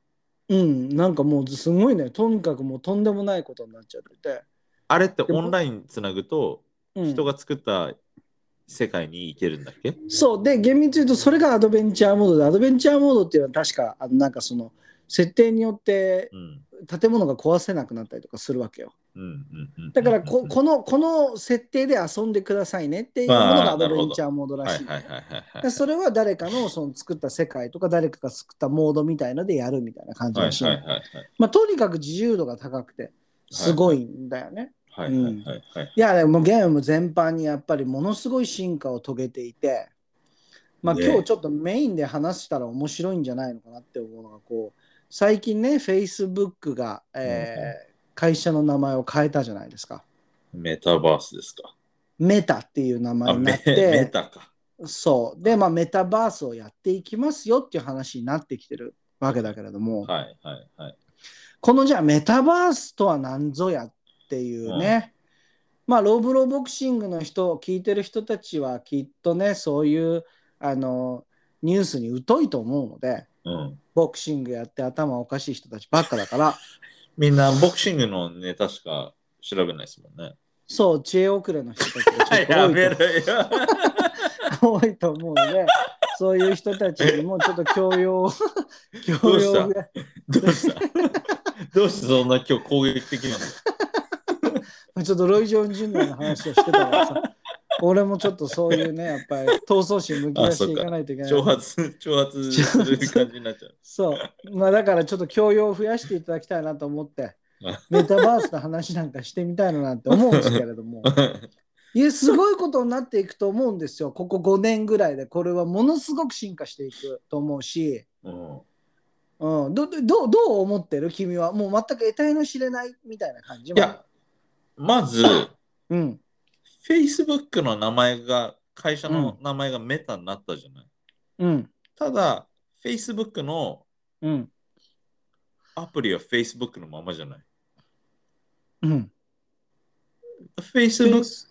S2: うん、なんかもうすごいね。とにかくもうとんでもないことになっちゃってて。
S1: あれって
S2: でも
S1: オンラインつなぐと
S2: うん、
S1: 人が作った世界に行けるんだっけ、
S2: そうで厳密に言うとそれがアドベンチャーモードでアドベンチャーモードっていうのは確かあのなんかその設定によって
S1: うん、
S2: 建物が壊せなくなったりとかするわけよ
S1: うんうんうん
S2: だからこ
S1: うん
S2: このこの設定で遊んでくださいねっていうもの
S1: あー
S2: がアドベンチャーモードら
S1: はい
S2: しい
S1: はいはいはいは
S2: で
S1: い。
S2: それは誰かのその作った世界とか誰かが作ったモードみたいのでやるみたいな感じ
S1: はい
S2: らしい
S1: はい
S2: の、
S1: はいはい。
S2: まあ、とにかく自由度が高くてすごいんだよね、
S1: はいはいはいはい。
S2: いやでもゲーム全般にやっぱりものすごい進化を遂げていて、まあ、
S1: ね
S2: 今日ちょっとメインで話したら面白いんじゃないのかなって思うのがこう最近ね Facebook が、えー
S1: うん
S2: 会社の名前を変えたじゃないですか
S1: メタバースですか。
S2: メタっていう名前
S1: あ、
S2: にな
S1: メ
S2: っ
S1: メ
S2: て
S1: タか。
S2: そうで、まあ、メタバースをやっていきますよっていう話になってきてるわけだけれども、
S1: はいはいはい。
S2: このじゃあメタバースとは何ぞやっていうね、まあロブロボクシングの人聞いてる人たちはきっとねそういうあのニュースに疎いと思うので
S1: うん。
S2: ボクシングやって頭おかしい人たちばっかだから
S1: みんなボクシングのネタしか調べないですもんね。
S2: そう知恵遅れの人たちがちょっと
S1: や
S2: 多い
S1: め
S2: と
S1: ろよ。
S2: 多いと思うのでそういう人たちにもちょっと教 養を教養
S1: ど
S2: を
S1: うどうしたどうしてそんな今日攻撃的なの
S2: ちょっとロイ・ジョーン・ジュニアの話をしてたからさ俺もちょっとそういうねやっぱり闘争心むき出していかないといけない
S1: 挑発、挑発する感じになっちゃう。
S2: そう。まあだからちょっと教養を増やしていただきたいなと 思って
S1: あ、
S2: メタバースの話なんかしてみたいななんて思うんですけれ ども、いや、すごいことになっていくと思うんですよ。ここ5年ぐらいで、これはものすごく進化していくと思うし、
S1: うん、
S2: うん、どどどうどう思ってる君はもう全く得体の知れないみたいな感じ
S1: いや、まず、
S2: うん、
S1: Facebook の名前が、会社の名前がメタになったじゃない。
S2: うん、
S1: ただ、Facebook の
S2: うん、
S1: アプリは Facebook のままじゃない。
S2: うん。
S1: Facebook、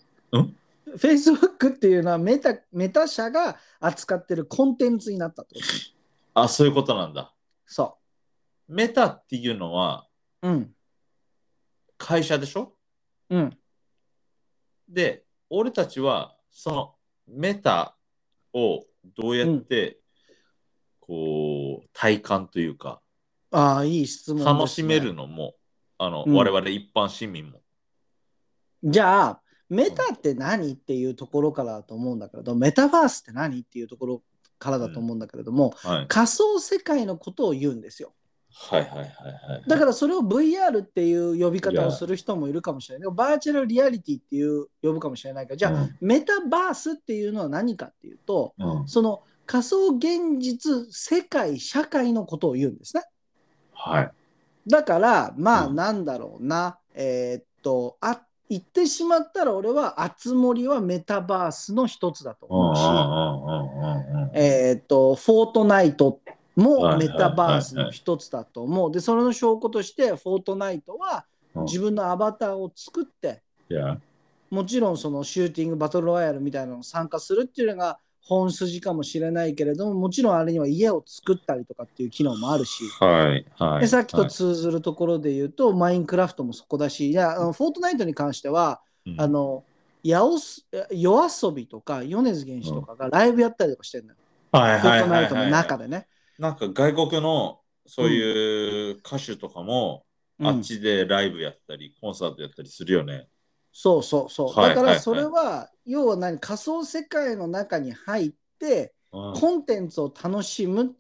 S2: Facebook っていうのはメタメタ社が扱ってるコンテンツになったってこと
S1: あ、そういうことなんだ。
S2: そ
S1: メタっていうのは
S2: う。うん、
S1: 会社でしょ
S2: うん、
S1: で、俺たちはそのメタをどうやって、こう、体感というか、
S2: ああ、いい質問ですね、
S1: 楽しめるのも、あの、
S2: うん
S1: 我々一般市民も。
S2: じゃあメタって何っていうところからだと思うんだけれどメタバースって何っていうところからだと思うんだけれども、
S1: はい。
S2: 仮想世界のことを言うんですよ
S1: はいはいはいはい。
S2: だからそれを VR っていう呼び方をする人もいるかもしれないでもバーチャルリアリティっていう呼ぶかもしれないからじゃあ、
S1: うん
S2: メタバースっていうのは何かっていうと
S1: うん
S2: その仮想現実世界社会のことを言うんですね
S1: はい。
S2: だからまあ
S1: うん
S2: なんだろうな、えーっとあ言ってしまったら俺は「あつ森」はメタバースの一つだと
S1: うんう
S2: 思うし
S1: んうんうんうん
S2: 「えーっとフォートナイト」
S1: はい
S2: も
S1: はい
S2: メタバースの一つだと思うでそれの証拠として「フォートナイト」は
S1: うん
S2: 自分のアバターを作って
S1: いや
S2: もちろんそのシューティングバトルロワイヤルみたいなのに参加するっていうのが本筋かもしれないけれどももちろんあれには家を作ったりとかっていう機能もあるし。
S1: はいはい。
S2: でさっきと
S1: はい
S2: 通ずるところで言うと、マインクラフトもそこだし、いや、あのフォートナイトに関しては、
S1: うん
S2: あの、やおす夜遊びとか、米津玄師とかがライブやったりとかしてるのよ。
S1: はい
S2: フォ
S1: はい
S2: ー
S1: は
S2: ト
S1: いは
S2: ナ
S1: い
S2: イトの中でね。
S1: なんか外国のそういう歌手とかも、
S2: うん
S1: あっちでライブやったり、コンサートやったりするよね。
S2: そうそうそう。
S1: はい
S2: だからそれは、要は何、仮想世界の中に入って、
S1: うん
S2: コンテンツを楽しむ、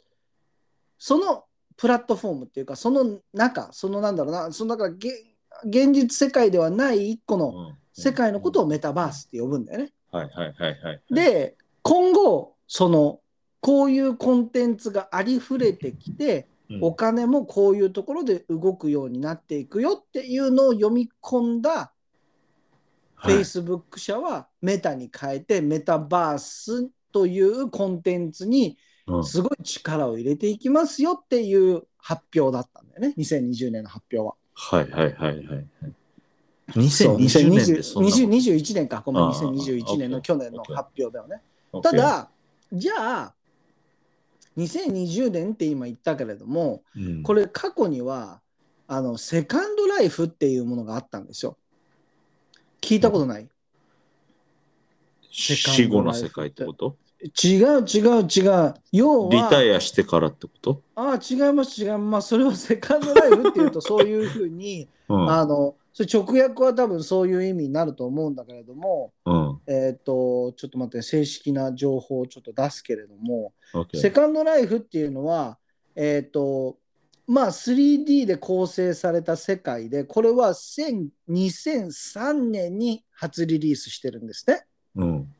S2: そのプラットフォームっていうか、その中、そのなんだろうな、そのだからげ現実世界ではない一個の
S1: うん
S2: 世界のことをメタバースって呼ぶんだよね。
S1: はいはいはいはい。
S2: で今後そのこういうコンテンツがありふれてきて
S1: うん、
S2: お金もこういうところで動くようになっていくよっていうのを読み込んだ
S1: はい
S2: Facebook 社はメタに変えて、メタバースというコンテンツに
S1: うん
S2: すごい力を入れていきますよっていう発表だったんだよね、2020年の発表は。
S1: はいはいはいはい。
S2: そう
S1: 2020年でそんなこと
S2: 2020 2021年か、ごめん、
S1: ああ
S2: 2021年
S1: オ
S2: の
S1: ッケ
S2: 去
S1: ー
S2: 年の
S1: オッケー
S2: 発表だよね。た、だ、じゃあ、2020年って今言ったけれども、
S1: うん
S2: これ過去にはあのセカンドライフっていうものがあったんですよ。聞いたことない、
S1: 死後の世界ってこと
S2: 違う違う違う。要
S1: リタ
S2: は、
S1: イアしてからってこと
S2: ああ、違います違います。それはセカンドライフってい うとそういうふうに、
S1: うん。
S2: あの、それ直訳は多分そういう意味になると思うんだけれども、
S1: うん。
S2: えっ、と、ちょっと待って、正式な情報をちょっと出すけれども、
S1: OK
S2: セカンドライフっていうのは、えっ、と、まあ 3D で構成された世界で、これは1000 2003年に初リリースしてるんですね。
S1: うん。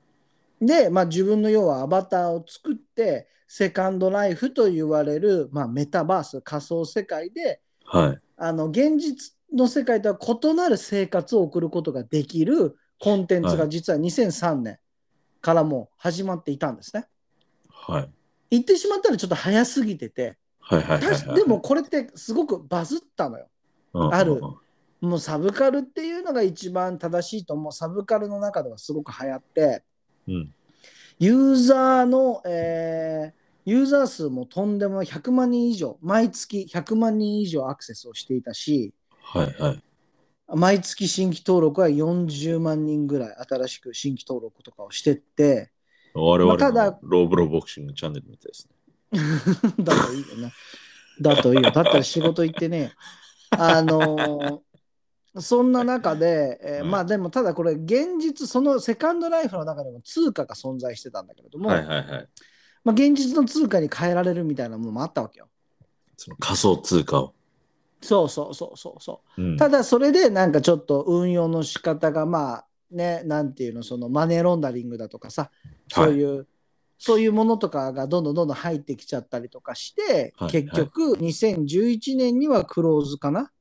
S2: で、まあ自分の要はアバターを作って、セカンドライフと言われる、まあ、メタバース、仮想世界で、
S1: はい。
S2: あの現実の世界とは異なる生活を送ることができるコンテンツ
S1: は
S2: が実は2003年からもう始まっていたんですね。
S1: はい。
S2: 言ってしまったらちょっと早すぎてて、
S1: はいはいはい、
S2: 確
S1: は
S2: か
S1: い。
S2: でも、これってすごくバズったのよ。
S1: うん、
S2: ある
S1: うん
S2: もうサブカルっていうのが一番正しいと思う。サブカルの中ではすごく流行って、
S1: うん。
S2: ユーザーの、えーユーザー数もとんでもない100万人以上、毎月100万人以上アクセスをしていたし、
S1: はいはい。
S2: 毎月新規登録は40万人ぐらい新しく新規登録とかをしてって、
S1: 我々
S2: まあただ
S1: のローブローボクシングチャンネルみたいですね。
S2: だといいよな。だといいよ。だったら仕事行ってね。あのーそんな中で、えー
S1: はい
S2: まあでもただこれ現実そのセカンドライフの中でも通貨が存在してたんだけれども、
S1: はいはいはい。
S2: まあ、現実の通貨に変えられるみたいなものもあったわけよ。
S1: その仮想通貨を。
S2: そうそうそうそうそう。
S1: うん、
S2: ただそれでなんかちょっと運用の仕方がまあねなんていうのそのマネーロンダリングだとかさそういう、そういうものとかがどんどんどんどん入ってきちゃったりとかして、
S1: はい
S2: 結局2011年にはクローズかな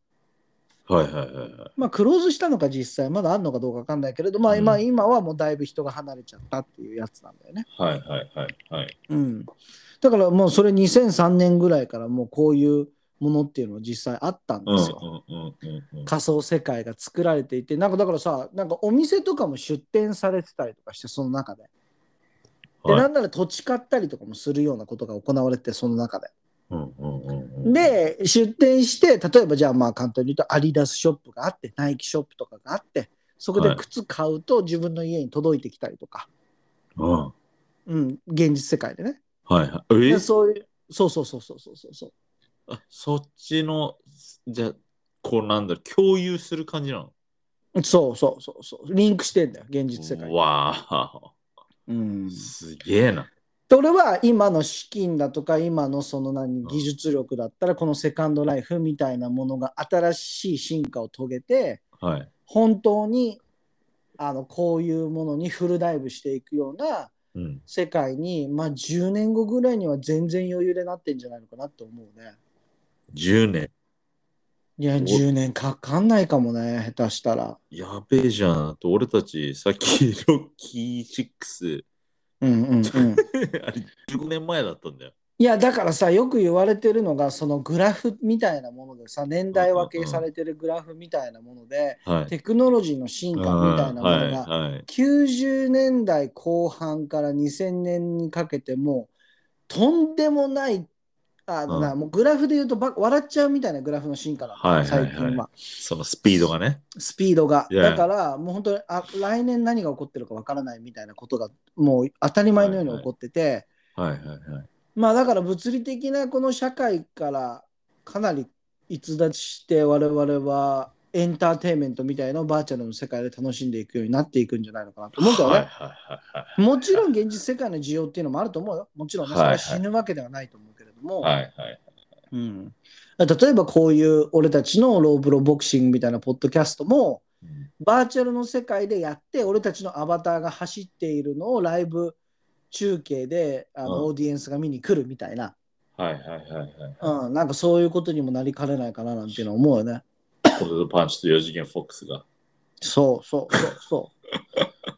S1: はいはいはいはい。
S2: まあクローズしたのか実際まだあるのかどうかわかんないけれどまあ今,、
S1: うん
S2: 今はもうだいぶ人が離れちゃったっていうやつなんだよね。
S1: はいはいはいはい。
S2: うん、だからもうそれ2003年ぐらいからもうこういうものっていうのは実際あったん
S1: うん
S2: ですよ。
S1: うんうんうんうん。
S2: 仮想世界が作られていてなんかだからさなんかお店とかも出店されてたりとかしてその中でで、
S1: はい
S2: なんなら土地買ったりとかもするようなことが行われてその中で
S1: うんうんうんうん、
S2: で出店して例えばじゃあまあ簡単に言うとアリダスショップがあってナイキショップとかがあってそこで靴買うと自分の家に届いてきたりとか、
S1: うん、は
S2: うん現実世界でね
S1: いはい。え
S2: でそういうそうそうそうそうそうそうそう
S1: あそっちの、じゃあこうなんだろう、共有する感じなの
S2: そうそうそうそうリンクしてんだよ現実世界に、
S1: わあ、
S2: うん、
S1: すげえな。
S2: で俺は今の資金だとか今のその何技術力だったらこのセカンドライフみたいなものが新しい進化を遂げて
S1: はい。
S2: 本当にあのこういうものにフルダイブしていくような
S1: うん、
S2: 世界に、まあ、10年後ぐらいには全然余裕でなってんじゃないのかなと思うね。
S1: 10年。
S2: いや
S1: お
S2: 10年かかんないかもね下手したら。
S1: やべえじゃん。あと俺たち、さっきロッキー6、
S2: うんうんうん、
S1: あれ15年前だったんだよ。
S2: いやだからさよく言われてるのがそのグラフみたいなものでさ年代分けされてるグラフみたいなもので。
S1: はい。
S2: テクノロジーの進化みたいなもの
S1: うん
S2: が
S1: はいはい。
S2: 90年代後半から2000年にかけてもうとんでもないあのな、
S1: う
S2: もうグラフで言うとば笑っちゃうみたいなグラフの進化だった、
S1: はいはいはい
S2: 最近は
S1: そのスピードがね。
S2: スピードが
S1: Yeah.
S2: だからもう本当にあ来年何が起こってるかわからないみたいなことがもう当たり前のように起こってて、
S1: はいはいはい。
S2: まあだから物理的なこの社会からかなり逸脱して我々はエンターテインメントみたいなのをバーチャルの世界で楽しんでいくようになっていくんじゃないのかなと思うけどね、
S1: はいはいはいはい。
S2: もちろん現実世界の需要っていうのもあると思うよもちろんね、
S1: はいはい
S2: それは死ぬわけではないと思うけれども、
S1: はいはい。
S2: うん、例えばこういう俺たちのローブロボクシングみたいなポッドキャストも
S1: うん
S2: バーチャルの世界でやって俺たちのアバターが走っているのをライブ中継であの、
S1: うん
S2: オーディエンスが見に来るみたいな
S1: はいはいはいはい。
S2: うん、なんかそういうことにもなりかねないかななんていうのは思うよね。
S1: ポテトパンチと4次元フォックスが。
S2: そうそうそうそう。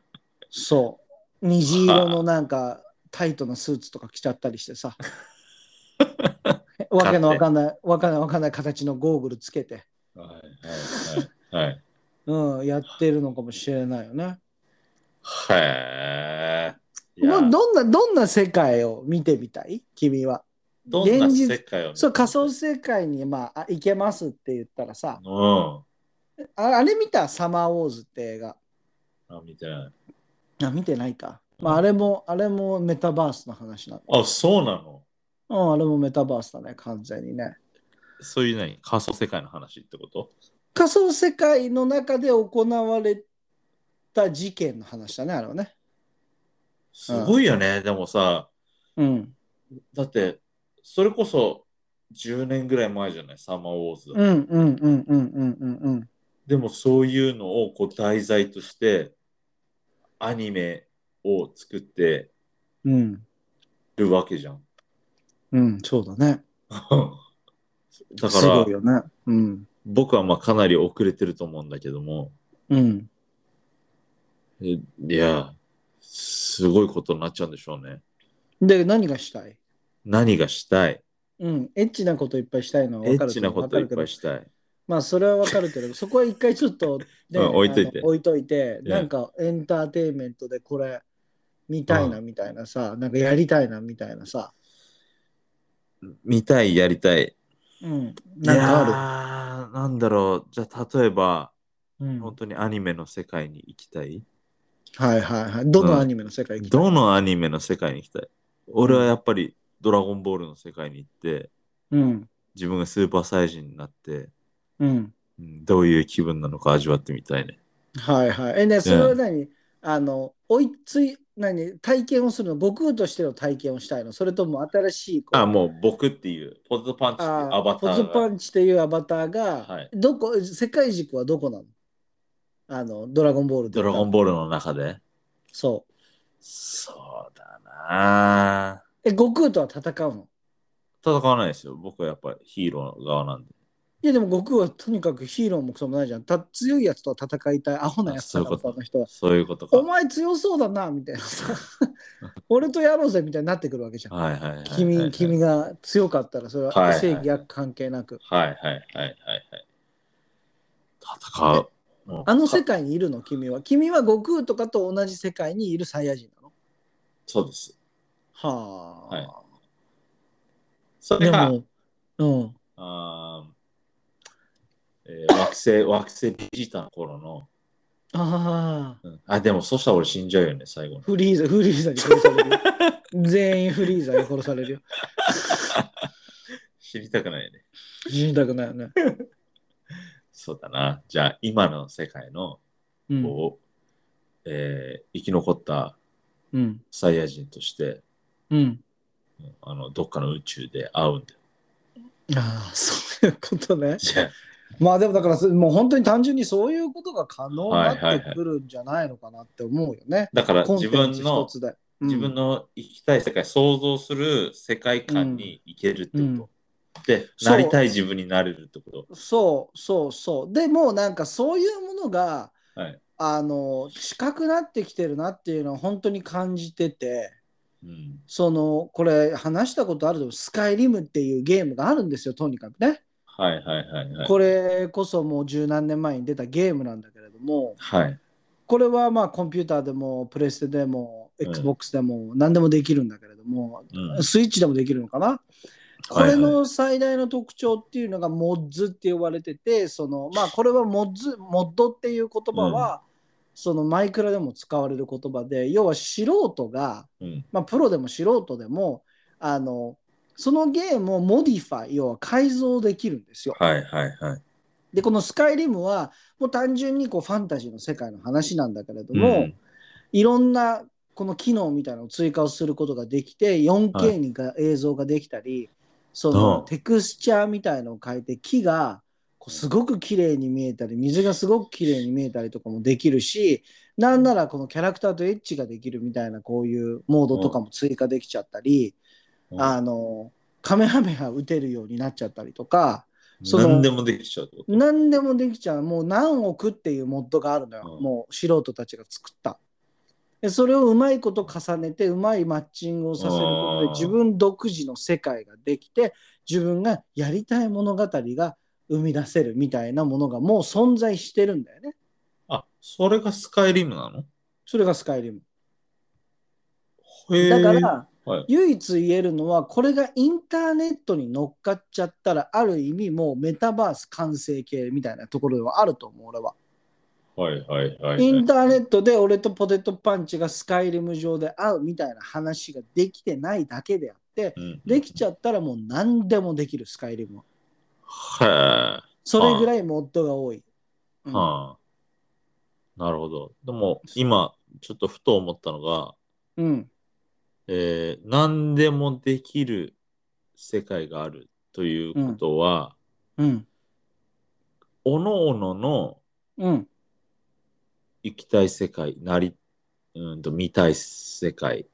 S2: そう。虹色のなんかタイトなスーツとか着ちゃったりし てさ。わけのわかんない、わかんないわかんない形のゴーグルつけて、
S1: はいはいはい。はい。
S2: うん、やってるのかもしれないよね。
S1: へえ。いや
S2: もうどんな、どんな世界を見てみたい君は。
S1: どんな
S2: 現実
S1: 世界を見る
S2: そう、仮想世界に、まあ、あ行けますって言ったらさ、
S1: う
S2: ああれ見たサマーウォーズって映画。
S1: ん。あ、見てない。
S2: あ、見てないか。まあ、あれも、あれもメタバースの話なんだ。
S1: あ、そうなの
S2: うん、あれもメタバースだね、完全にね。
S1: そういう何仮想世界の話ってこと
S2: 仮想世界の中で行われた事件の話だね、あれはね。
S1: すごいよね。でもさ、
S2: うん。
S1: だって、それこそ10年ぐらい前じゃないサマーウォーズだ、
S2: うんうんうんうんうんうんうん。
S1: でもそういうのをこう題材としてアニメを作って
S2: うん、
S1: るわけじゃ ん。
S2: うん、そうだね。
S1: だ
S2: す
S1: か
S2: ごい
S1: ら
S2: よね。うん。
S1: 僕はまあかなり遅れてると思うんだけども、
S2: うん。
S1: えいや、すごいことになっちゃうんでしょうね。
S2: で、何がしたい
S1: 何がしたい
S2: うん。エッチなこといっぱいしたいのは
S1: エ
S2: 分か
S1: ッ
S2: るけ
S1: チ
S2: ど
S1: なこといっぱ
S2: 分かる
S1: い
S2: けど
S1: したい。
S2: まあ、それは分かる けど、そこは一回ちょっとね、
S1: うん置いといて
S2: あの置いといて、
S1: うん
S2: なんかエンターテインメントでこれ見たいな
S1: う
S2: みたいなさ、なんかやりたいなみたいなさ、
S1: 見たい、やりたい。
S2: うん。
S1: い
S2: なんかあ
S1: やーなんだろう。じゃあ、例えば、
S2: る。うん、は
S1: 本当にアニメの世界に行きたい
S2: いはいはい。どのアニメの世界行きたい
S1: どのアニメの世界に行きたい俺はやっぱりドラゴンボールの世界に行って、
S2: うん。
S1: 自分がスーパーサイジンになって、
S2: うん。
S1: うんどういう気分なのか味わってみたいね。
S2: はいはい。え、ね、それは何、あの、追いつい、何体験をするの悟空としての体験をしたいのそれとも新しいこう
S1: あ、もう僕っていう、ポテトパンチっていう
S2: あ
S1: アバタ
S2: ポズ
S1: ー
S2: パ
S1: が。
S2: ンチっていうアバターが、
S1: はい
S2: どこ、世界軸はどこなのあの、ドラゴンボール
S1: ド
S2: で言
S1: ラ
S2: ったら
S1: ゴンボールの中で。
S2: そう。
S1: そうだなぁ
S2: え、悟空とは戦うの
S1: 戦わないですよ。僕はやっぱヒーロー側なんで。
S2: いやでも悟空はとにかくヒーローもクソもないじゃん。た強いやつとは戦いたい。アホなやつだから
S1: あそういうこと
S2: さあの人は。
S1: そういうことか。
S2: お
S1: はい
S2: 前強そうだな、みたいなさ。 俺とやろうぜ、みたいになってくるわけじゃん。
S1: はいはいはい。
S2: 君君が強かったらそれ
S1: はい
S2: は
S1: はい
S2: 正義悪関係なく、
S1: はいはいはいはいはい。戦う。
S2: あの世界にいるの君は君は悟空とかと同じ世界にいるサイヤ人なの
S1: そうです。
S2: はあ、
S1: はいそれ
S2: で
S1: が、
S2: もうん
S1: あーえー惑星、惑星ビジターの頃の、
S2: ああ
S1: うんあ、でもそしたら俺死んじゃうよね、最後に。
S2: フリーザフリーザに殺され るよ全員フリーザに殺されるよ
S1: 知りたくないよね。
S2: 死にたくないよね、
S1: そうだな。じゃあ、今の世界の、
S2: うん
S1: こう、えー生き残った
S2: うん
S1: サイヤ人として、
S2: うん、
S1: うんあの、どっかの宇宙で会うんだよ。
S2: ああそういうことね
S1: じゃ
S2: まあでもだからそもう本当に単純にそういうことが可能に
S1: は
S2: ないっ
S1: はいは
S2: て
S1: い
S2: くるんじゃないのかなって思うよね、
S1: だから
S2: コンテ
S1: 自
S2: ンツ
S1: 分の
S2: 一、つで
S1: 自分
S2: の、
S1: の生きたい世界、想像する世界観に行けるって
S2: うん
S1: こと。で、
S2: そう
S1: なりたい自分になれるってこと。
S2: そうそうそう。でもなんかそういうものが、
S1: はい
S2: あの近くなってきてるなっていうのは本当に感じてて
S1: うん。
S2: そのこれ話したことあるけどスカイリムっていうゲームがあるんですよとにかくね。
S1: はいはいはいはい。
S2: これこそもう十何年前に出たゲームなんだけれども
S1: はい。
S2: これはまあコンピューターでもプレステでも
S1: うん
S2: XBOX でも何でもできるんだけれども、
S1: うん
S2: スイッチでもできるのかな、これの最大の特徴っていうのがモッズって呼ばれててそのまあこれはモッズモッドっていう言葉は、そのマイクラでも使われる言葉で要は素人が、
S1: うん
S2: まあ、プロでも素人でもあのそのゲームをモディファイ要は改造できるんですよ。
S1: はいはいはい。
S2: でこの「スカイリムはもう単純にこうファンタジーの世界の話なんだけれども、
S1: うん
S2: いろんなこの機能みたいなのを追加をすることができて
S1: は
S2: 4K にが、映像ができたりその
S1: うん
S2: テクスチャーみたいのを変えて木がこうすごく綺麗に見えたり水がすごく綺麗に見えたりとかもできるしなんならこのキャラクターとエッジができるみたいなこういうモードとかも追加できちゃったり、
S1: うん
S2: あのカメハメハ撃てるようになっちゃったりとかその
S1: 何でもできちゃうってこと
S2: 何でもできちゃう。もう何億っていうモッドがあるのよ。
S1: うん
S2: もう素人たちが作った。でそれをうまいこと重ねて、うまいマッチングをさせること
S1: あー
S2: で、自分独自の世界ができて、自分がやりたい物語が生み出せるみたいなものがもう存在してるんだよね。
S1: あ、それがスカイリムなの
S2: それがスカイリム。
S1: へ
S2: だ
S1: ー
S2: から、
S1: はい
S2: 唯一言えるのは、これがインターネットに乗っかっちゃったら、ある意味もうメタバース完成形みたいなところではあると思う、俺は。
S1: はいはいはい、はい。
S2: インターネットで俺とポテトパンチがスカイリム上で会うみたいな話ができてないだけであって、
S1: うん
S2: できちゃったらもう何でもできるスカイリムは。
S1: は
S2: それぐらいモッドが多い。う
S1: い、
S2: ん
S1: はあ。なるほど。でも今、ちょっとふと思ったのが、
S2: うん。
S1: えー何でもできる世界があるということは、
S2: うん。
S1: 各々の
S2: うん。
S1: 行きたい世界、なり、うんと見たい世界、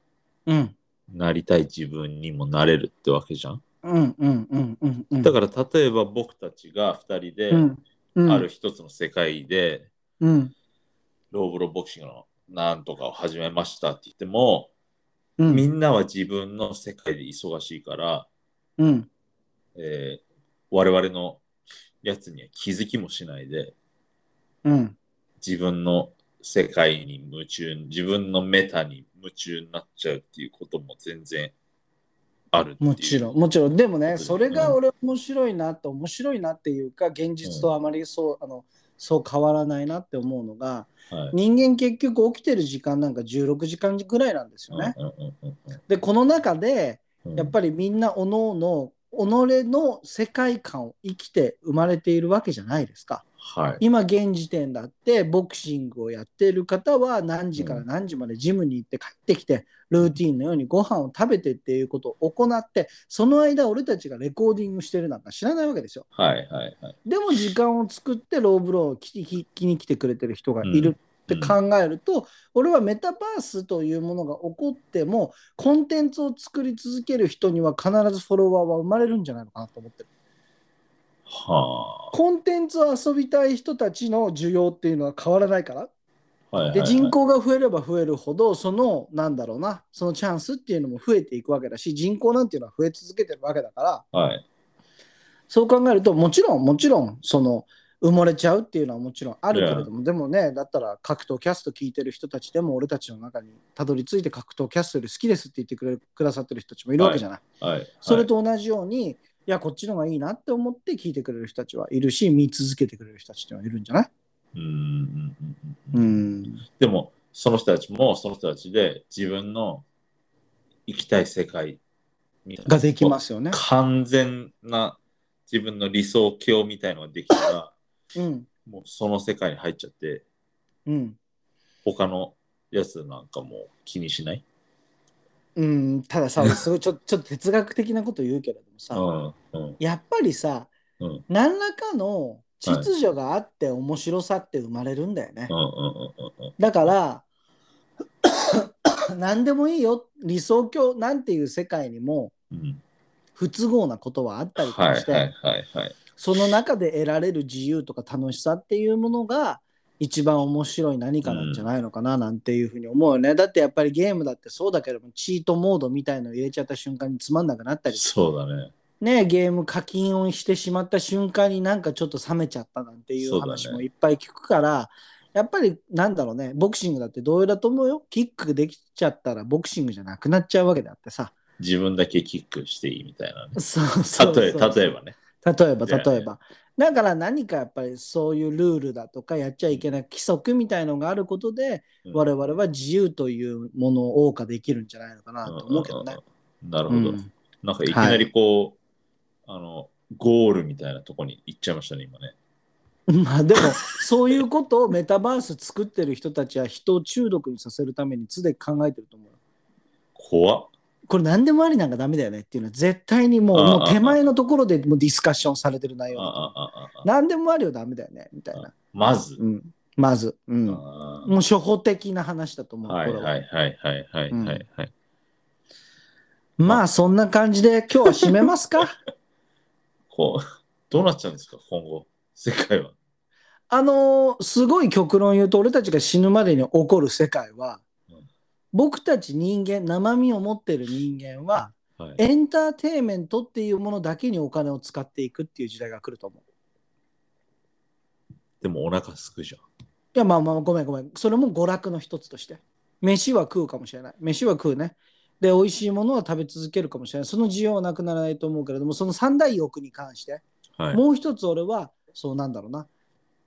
S2: うん。
S1: なりたい自分にもなれるってわけじゃん。
S2: うん。うん。うん。うん。うん。
S1: だから例えば僕たちが2人
S2: うん。うん。
S1: である一つの世界で、
S2: うん。
S1: ローブロボクシングのなんとかを始めましたって言っても、
S2: うん。
S1: みんなは自分の世界で忙しいから、
S2: うん。
S1: えー我々のやつには気づきもしないで、
S2: うん。
S1: 自分の世界に夢中、自分のメタに夢中になっちゃうっていうことも全然あるっていう。
S2: もちろん、もちろん。でも
S1: こ
S2: ね、
S1: とですね
S2: それが俺面白いなと、面白いなっていうか、現実とあまりそう、あの、そう変わらないなって思うのが、
S1: はい。
S2: 人間結局起きてる時間なんか16時間ぐらいなんですよね。
S1: うんうんうんうん
S2: でこの中で
S1: うん
S2: やっぱりみんなおのおの己の世界観を生きて生まれているわけじゃないですか。
S1: はい。
S2: 今現時点だってボクシングをやっている方は何時から何時までジムに行って帰ってきてルーティンのようにご飯を食べてっていうことを行ってその間俺たちがレコーディングしてるなんか知らないわけですよ。
S1: はいはいはい。
S2: でも時間を作ってローブローを聞き聞きに来てくれてる人がいるって考えると、俺はメタバースというものが起こってもコンテンツを作り続ける人には必ずフォロワーは生まれるんじゃないのかなと思ってる
S1: は
S2: コンテンツを遊びたい人たちの需要っていうのは変わらないから
S1: あ。はいはい
S2: で
S1: はい
S2: 人口が増えれば増えるほどそのなんだろうなそのチャンスっていうのも増えていくわけだし人口なんていうのは増え続けてるわけだから、
S1: はい。
S2: そう考えると、もちろん、もちろん、その、埋もれちゃうっていうのはもちろんあるけれども、でもね、だったら格闘キャスト聞いてる人たちでも、俺たちの中にたどり着いて格闘キャストより好きですって言ってくれくださってる人たちもいるわけじゃない。
S1: はい。
S2: それと同じように、いや、こっちの方がいいなって思って聞いてくれる人たちはいるし、見続けてくれる人たちっていうのはいるんじゃない
S1: うんうんうんうん。
S2: うん。
S1: でも、その人たちもその人たちで自分の行きたい世界みたいな
S2: ができますよね。
S1: 完全な自分の理想郷みたいのができたら、
S2: うん。
S1: もうその世界に入っちゃって、
S2: うん。
S1: 他のやつなんかもう気にしない。
S2: うん、ただ さ、すごいちょちょっと哲学的なこと言うけれども
S1: うん
S2: さ、
S1: うん
S2: やっぱりさ、
S1: うん
S2: 何らかの秩序があって面白さって生まれるんだよね。
S1: うんうんうんうん
S2: だから 何でもいいよ理想郷なんていう世界にも
S1: うん。
S2: 不都合なことはあったりと
S1: は
S2: か
S1: い
S2: して、
S1: はいはいはい。
S2: その中で得られる自由とか楽しさっていうものが一番面白い何かなんじゃないのかななんていうふうに思うよね、だってやっぱりゲームだってそうだけどもチートモードみたいの入れちゃった瞬間につまんなくなったり
S1: そうだね。
S2: ね、ゲーム課金をしてしまった瞬間になんかちょっと冷めちゃったなんてい
S1: そううだね
S2: 話もいっぱい聞くから、やっぱりなんだろうね、ボクシングだって同様だと思うよ。キックできちゃったらボクシングじゃなくなっちゃうわけであってさ。
S1: 自分だけキックしていいみたいなね。
S2: そうそう
S1: 例え
S2: そう
S1: 例えばね。
S2: 例えば、
S1: だよね
S2: 例えば。だから何かやっぱりそういうルールだとかやっちゃいけない規則みたいのがあることで、
S1: うん
S2: 我々は自由というものを謳歌できるんじゃないのかなと思うけど
S1: う
S2: ね。
S1: んうんうんなるほ
S2: う
S1: ど。
S2: ん
S1: なんかいきなりこう、あの、ゴールみたいなとこに行っちゃいましたね、今ね。
S2: まあでもそういうことをメタバース作ってる人たちは人を中毒にさせるために常に考えてると思う。
S1: 怖っ。
S2: これ何でもありなんかダメだよねっていうのは絶対にもう
S1: ああ
S2: もう手前のところでもうディスカッションされてる内
S1: あ
S2: 容
S1: あ
S2: だと思う。
S1: ああああ
S2: 何でもありはダメだよねみたいな。
S1: まず。
S2: うん、まず、うん。も
S1: あ
S2: う初歩的な話だと思
S1: あ
S2: う。
S1: はい
S2: これは
S1: はいはいはいはい
S2: うん
S1: はいはい。
S2: まあそんな感じで今日は締めますか
S1: こう、 どうなっちゃうんですか、今後、 世界は。
S2: あのーすごい極論言うと俺たちが死ぬまでに起こる世界
S1: う
S2: は、
S1: ん
S2: 僕たち人間生身を持ってる人間は
S1: はい、
S2: エンターテインメントっていうものだけにお金を使っていくっていう時代が来ると思う。
S1: でもお腹すくじゃん。
S2: いやまあまあごめんごめんそれも娯楽の一つとして飯は食うかもしれない飯は食うねで美味しいものは食べ続けるかもしれないその需要はなくならないと思うけれどもその三大欲に関して
S1: はい。
S2: もう一つ俺はそうなんだろうな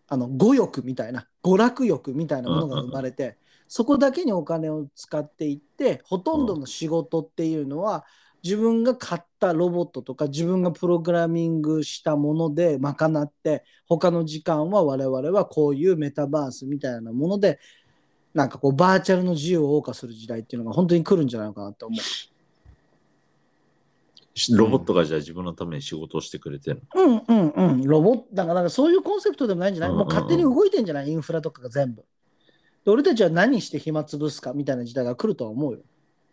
S2: あの語欲みたいな娯楽欲みたいなものが生まれてそこだけにお金を使っていってほとんどの仕事っていうのは自分が買ったロボットとか自分がプログラミングしたもので賄って他の時間は我々はこういうメタバースみたいなものでなんかこうバーチャルの自由を謳歌する時代っていうのが本当に来るんじゃないのかなと思う。
S1: ロボットがじゃあ自分のために仕事をしてくれてるの。
S2: うんうんうん、ロボット、だからなんかそういうコンセプトでもないんじゃない、
S1: うんうん
S2: も
S1: うん
S2: う勝手に動いてんじゃないインフラとかが全部。で俺たちは何して暇つぶすかみたいな時代が来るとは思うよ。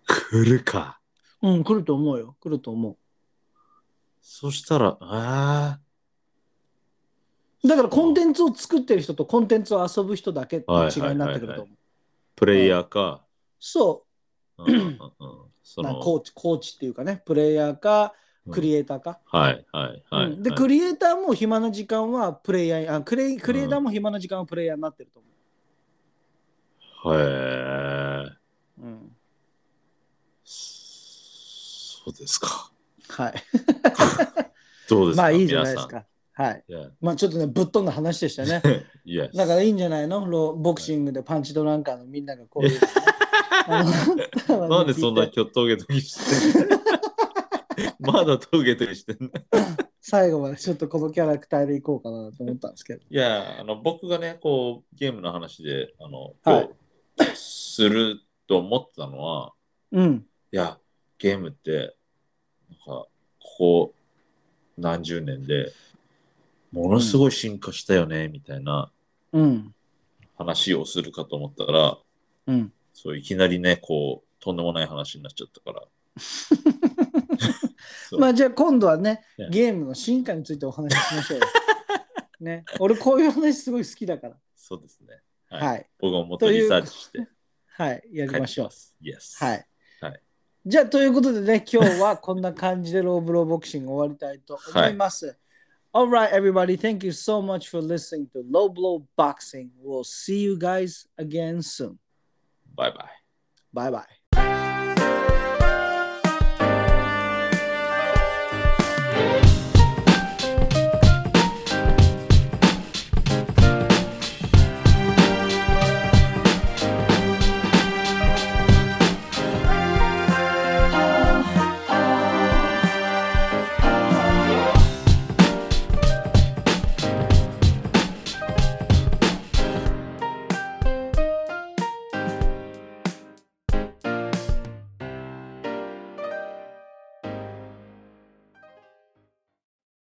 S1: 来るか。
S2: うん、来ると思うよ。来ると思
S1: そしたら、あ
S2: う。だからコンテンツを作ってる人とコンテンツを遊ぶ人だけの違いになっ
S1: はいはいはい
S2: てくると
S1: は
S2: 思う。
S1: ープレイヤーか。
S2: そ、
S1: うんうんうんそう
S2: なん
S1: の
S2: かコーチ、コーチっていうかね、プレイヤーか
S1: うん
S2: クリエイターか。
S1: はいはいはい、
S2: うんで、
S1: はい
S2: クリエイターも暇な時間はプレイヤーにあクレイ、クリエイターも暇な時間はプレイヤーになってると思
S1: へえ。
S2: う。うん、
S1: そうですか。
S2: はい。
S1: どうですか
S2: まあいいじゃないです。
S1: 皆
S2: か。はい。
S1: さんいや
S2: まあちょっとね、ぶっ飛んだ話でしたね。
S1: いや、
S2: だからいいんじゃないのロボクシングでパンチドランカーのみんながこういう のね、あの
S1: なんでそんな今日トゲトゲしてんの まだトゲトゲしてんのい
S2: 最後までちょっとこのキャラクターでいこうかなと思ったんですけど。
S1: や、あの僕がね、こう、ゲームの話で、あの、
S2: はい
S1: こうすると思ってたのは、
S2: うん。
S1: いや、ゲームって、なんか、ここ何十年で、ものすごい進化したよね、みたいな
S2: うん。
S1: 話をするかと思ったら、
S2: うん。
S1: そういきなりね、こう、とんでもない話になっちゃった から。そう
S2: まあじゃあ今度はね
S1: いや、
S2: ゲームの進化についてお話ししましょうよ。ね。俺こういう話すごい好きだから。
S1: そうですね。はい
S2: はい。
S1: 僕ももっとリサーチして
S2: はい。 やりましょう。
S1: す。Yes
S2: はい。
S1: はい
S2: じゃあということでね、 今日はこんな感じでローブローボクシング終わりたいと思います。Alright, everybody. Thank you so much for listening to Low Blow Boxing. We'll see you guys again soon.
S1: バイバイ。
S2: Bye bye.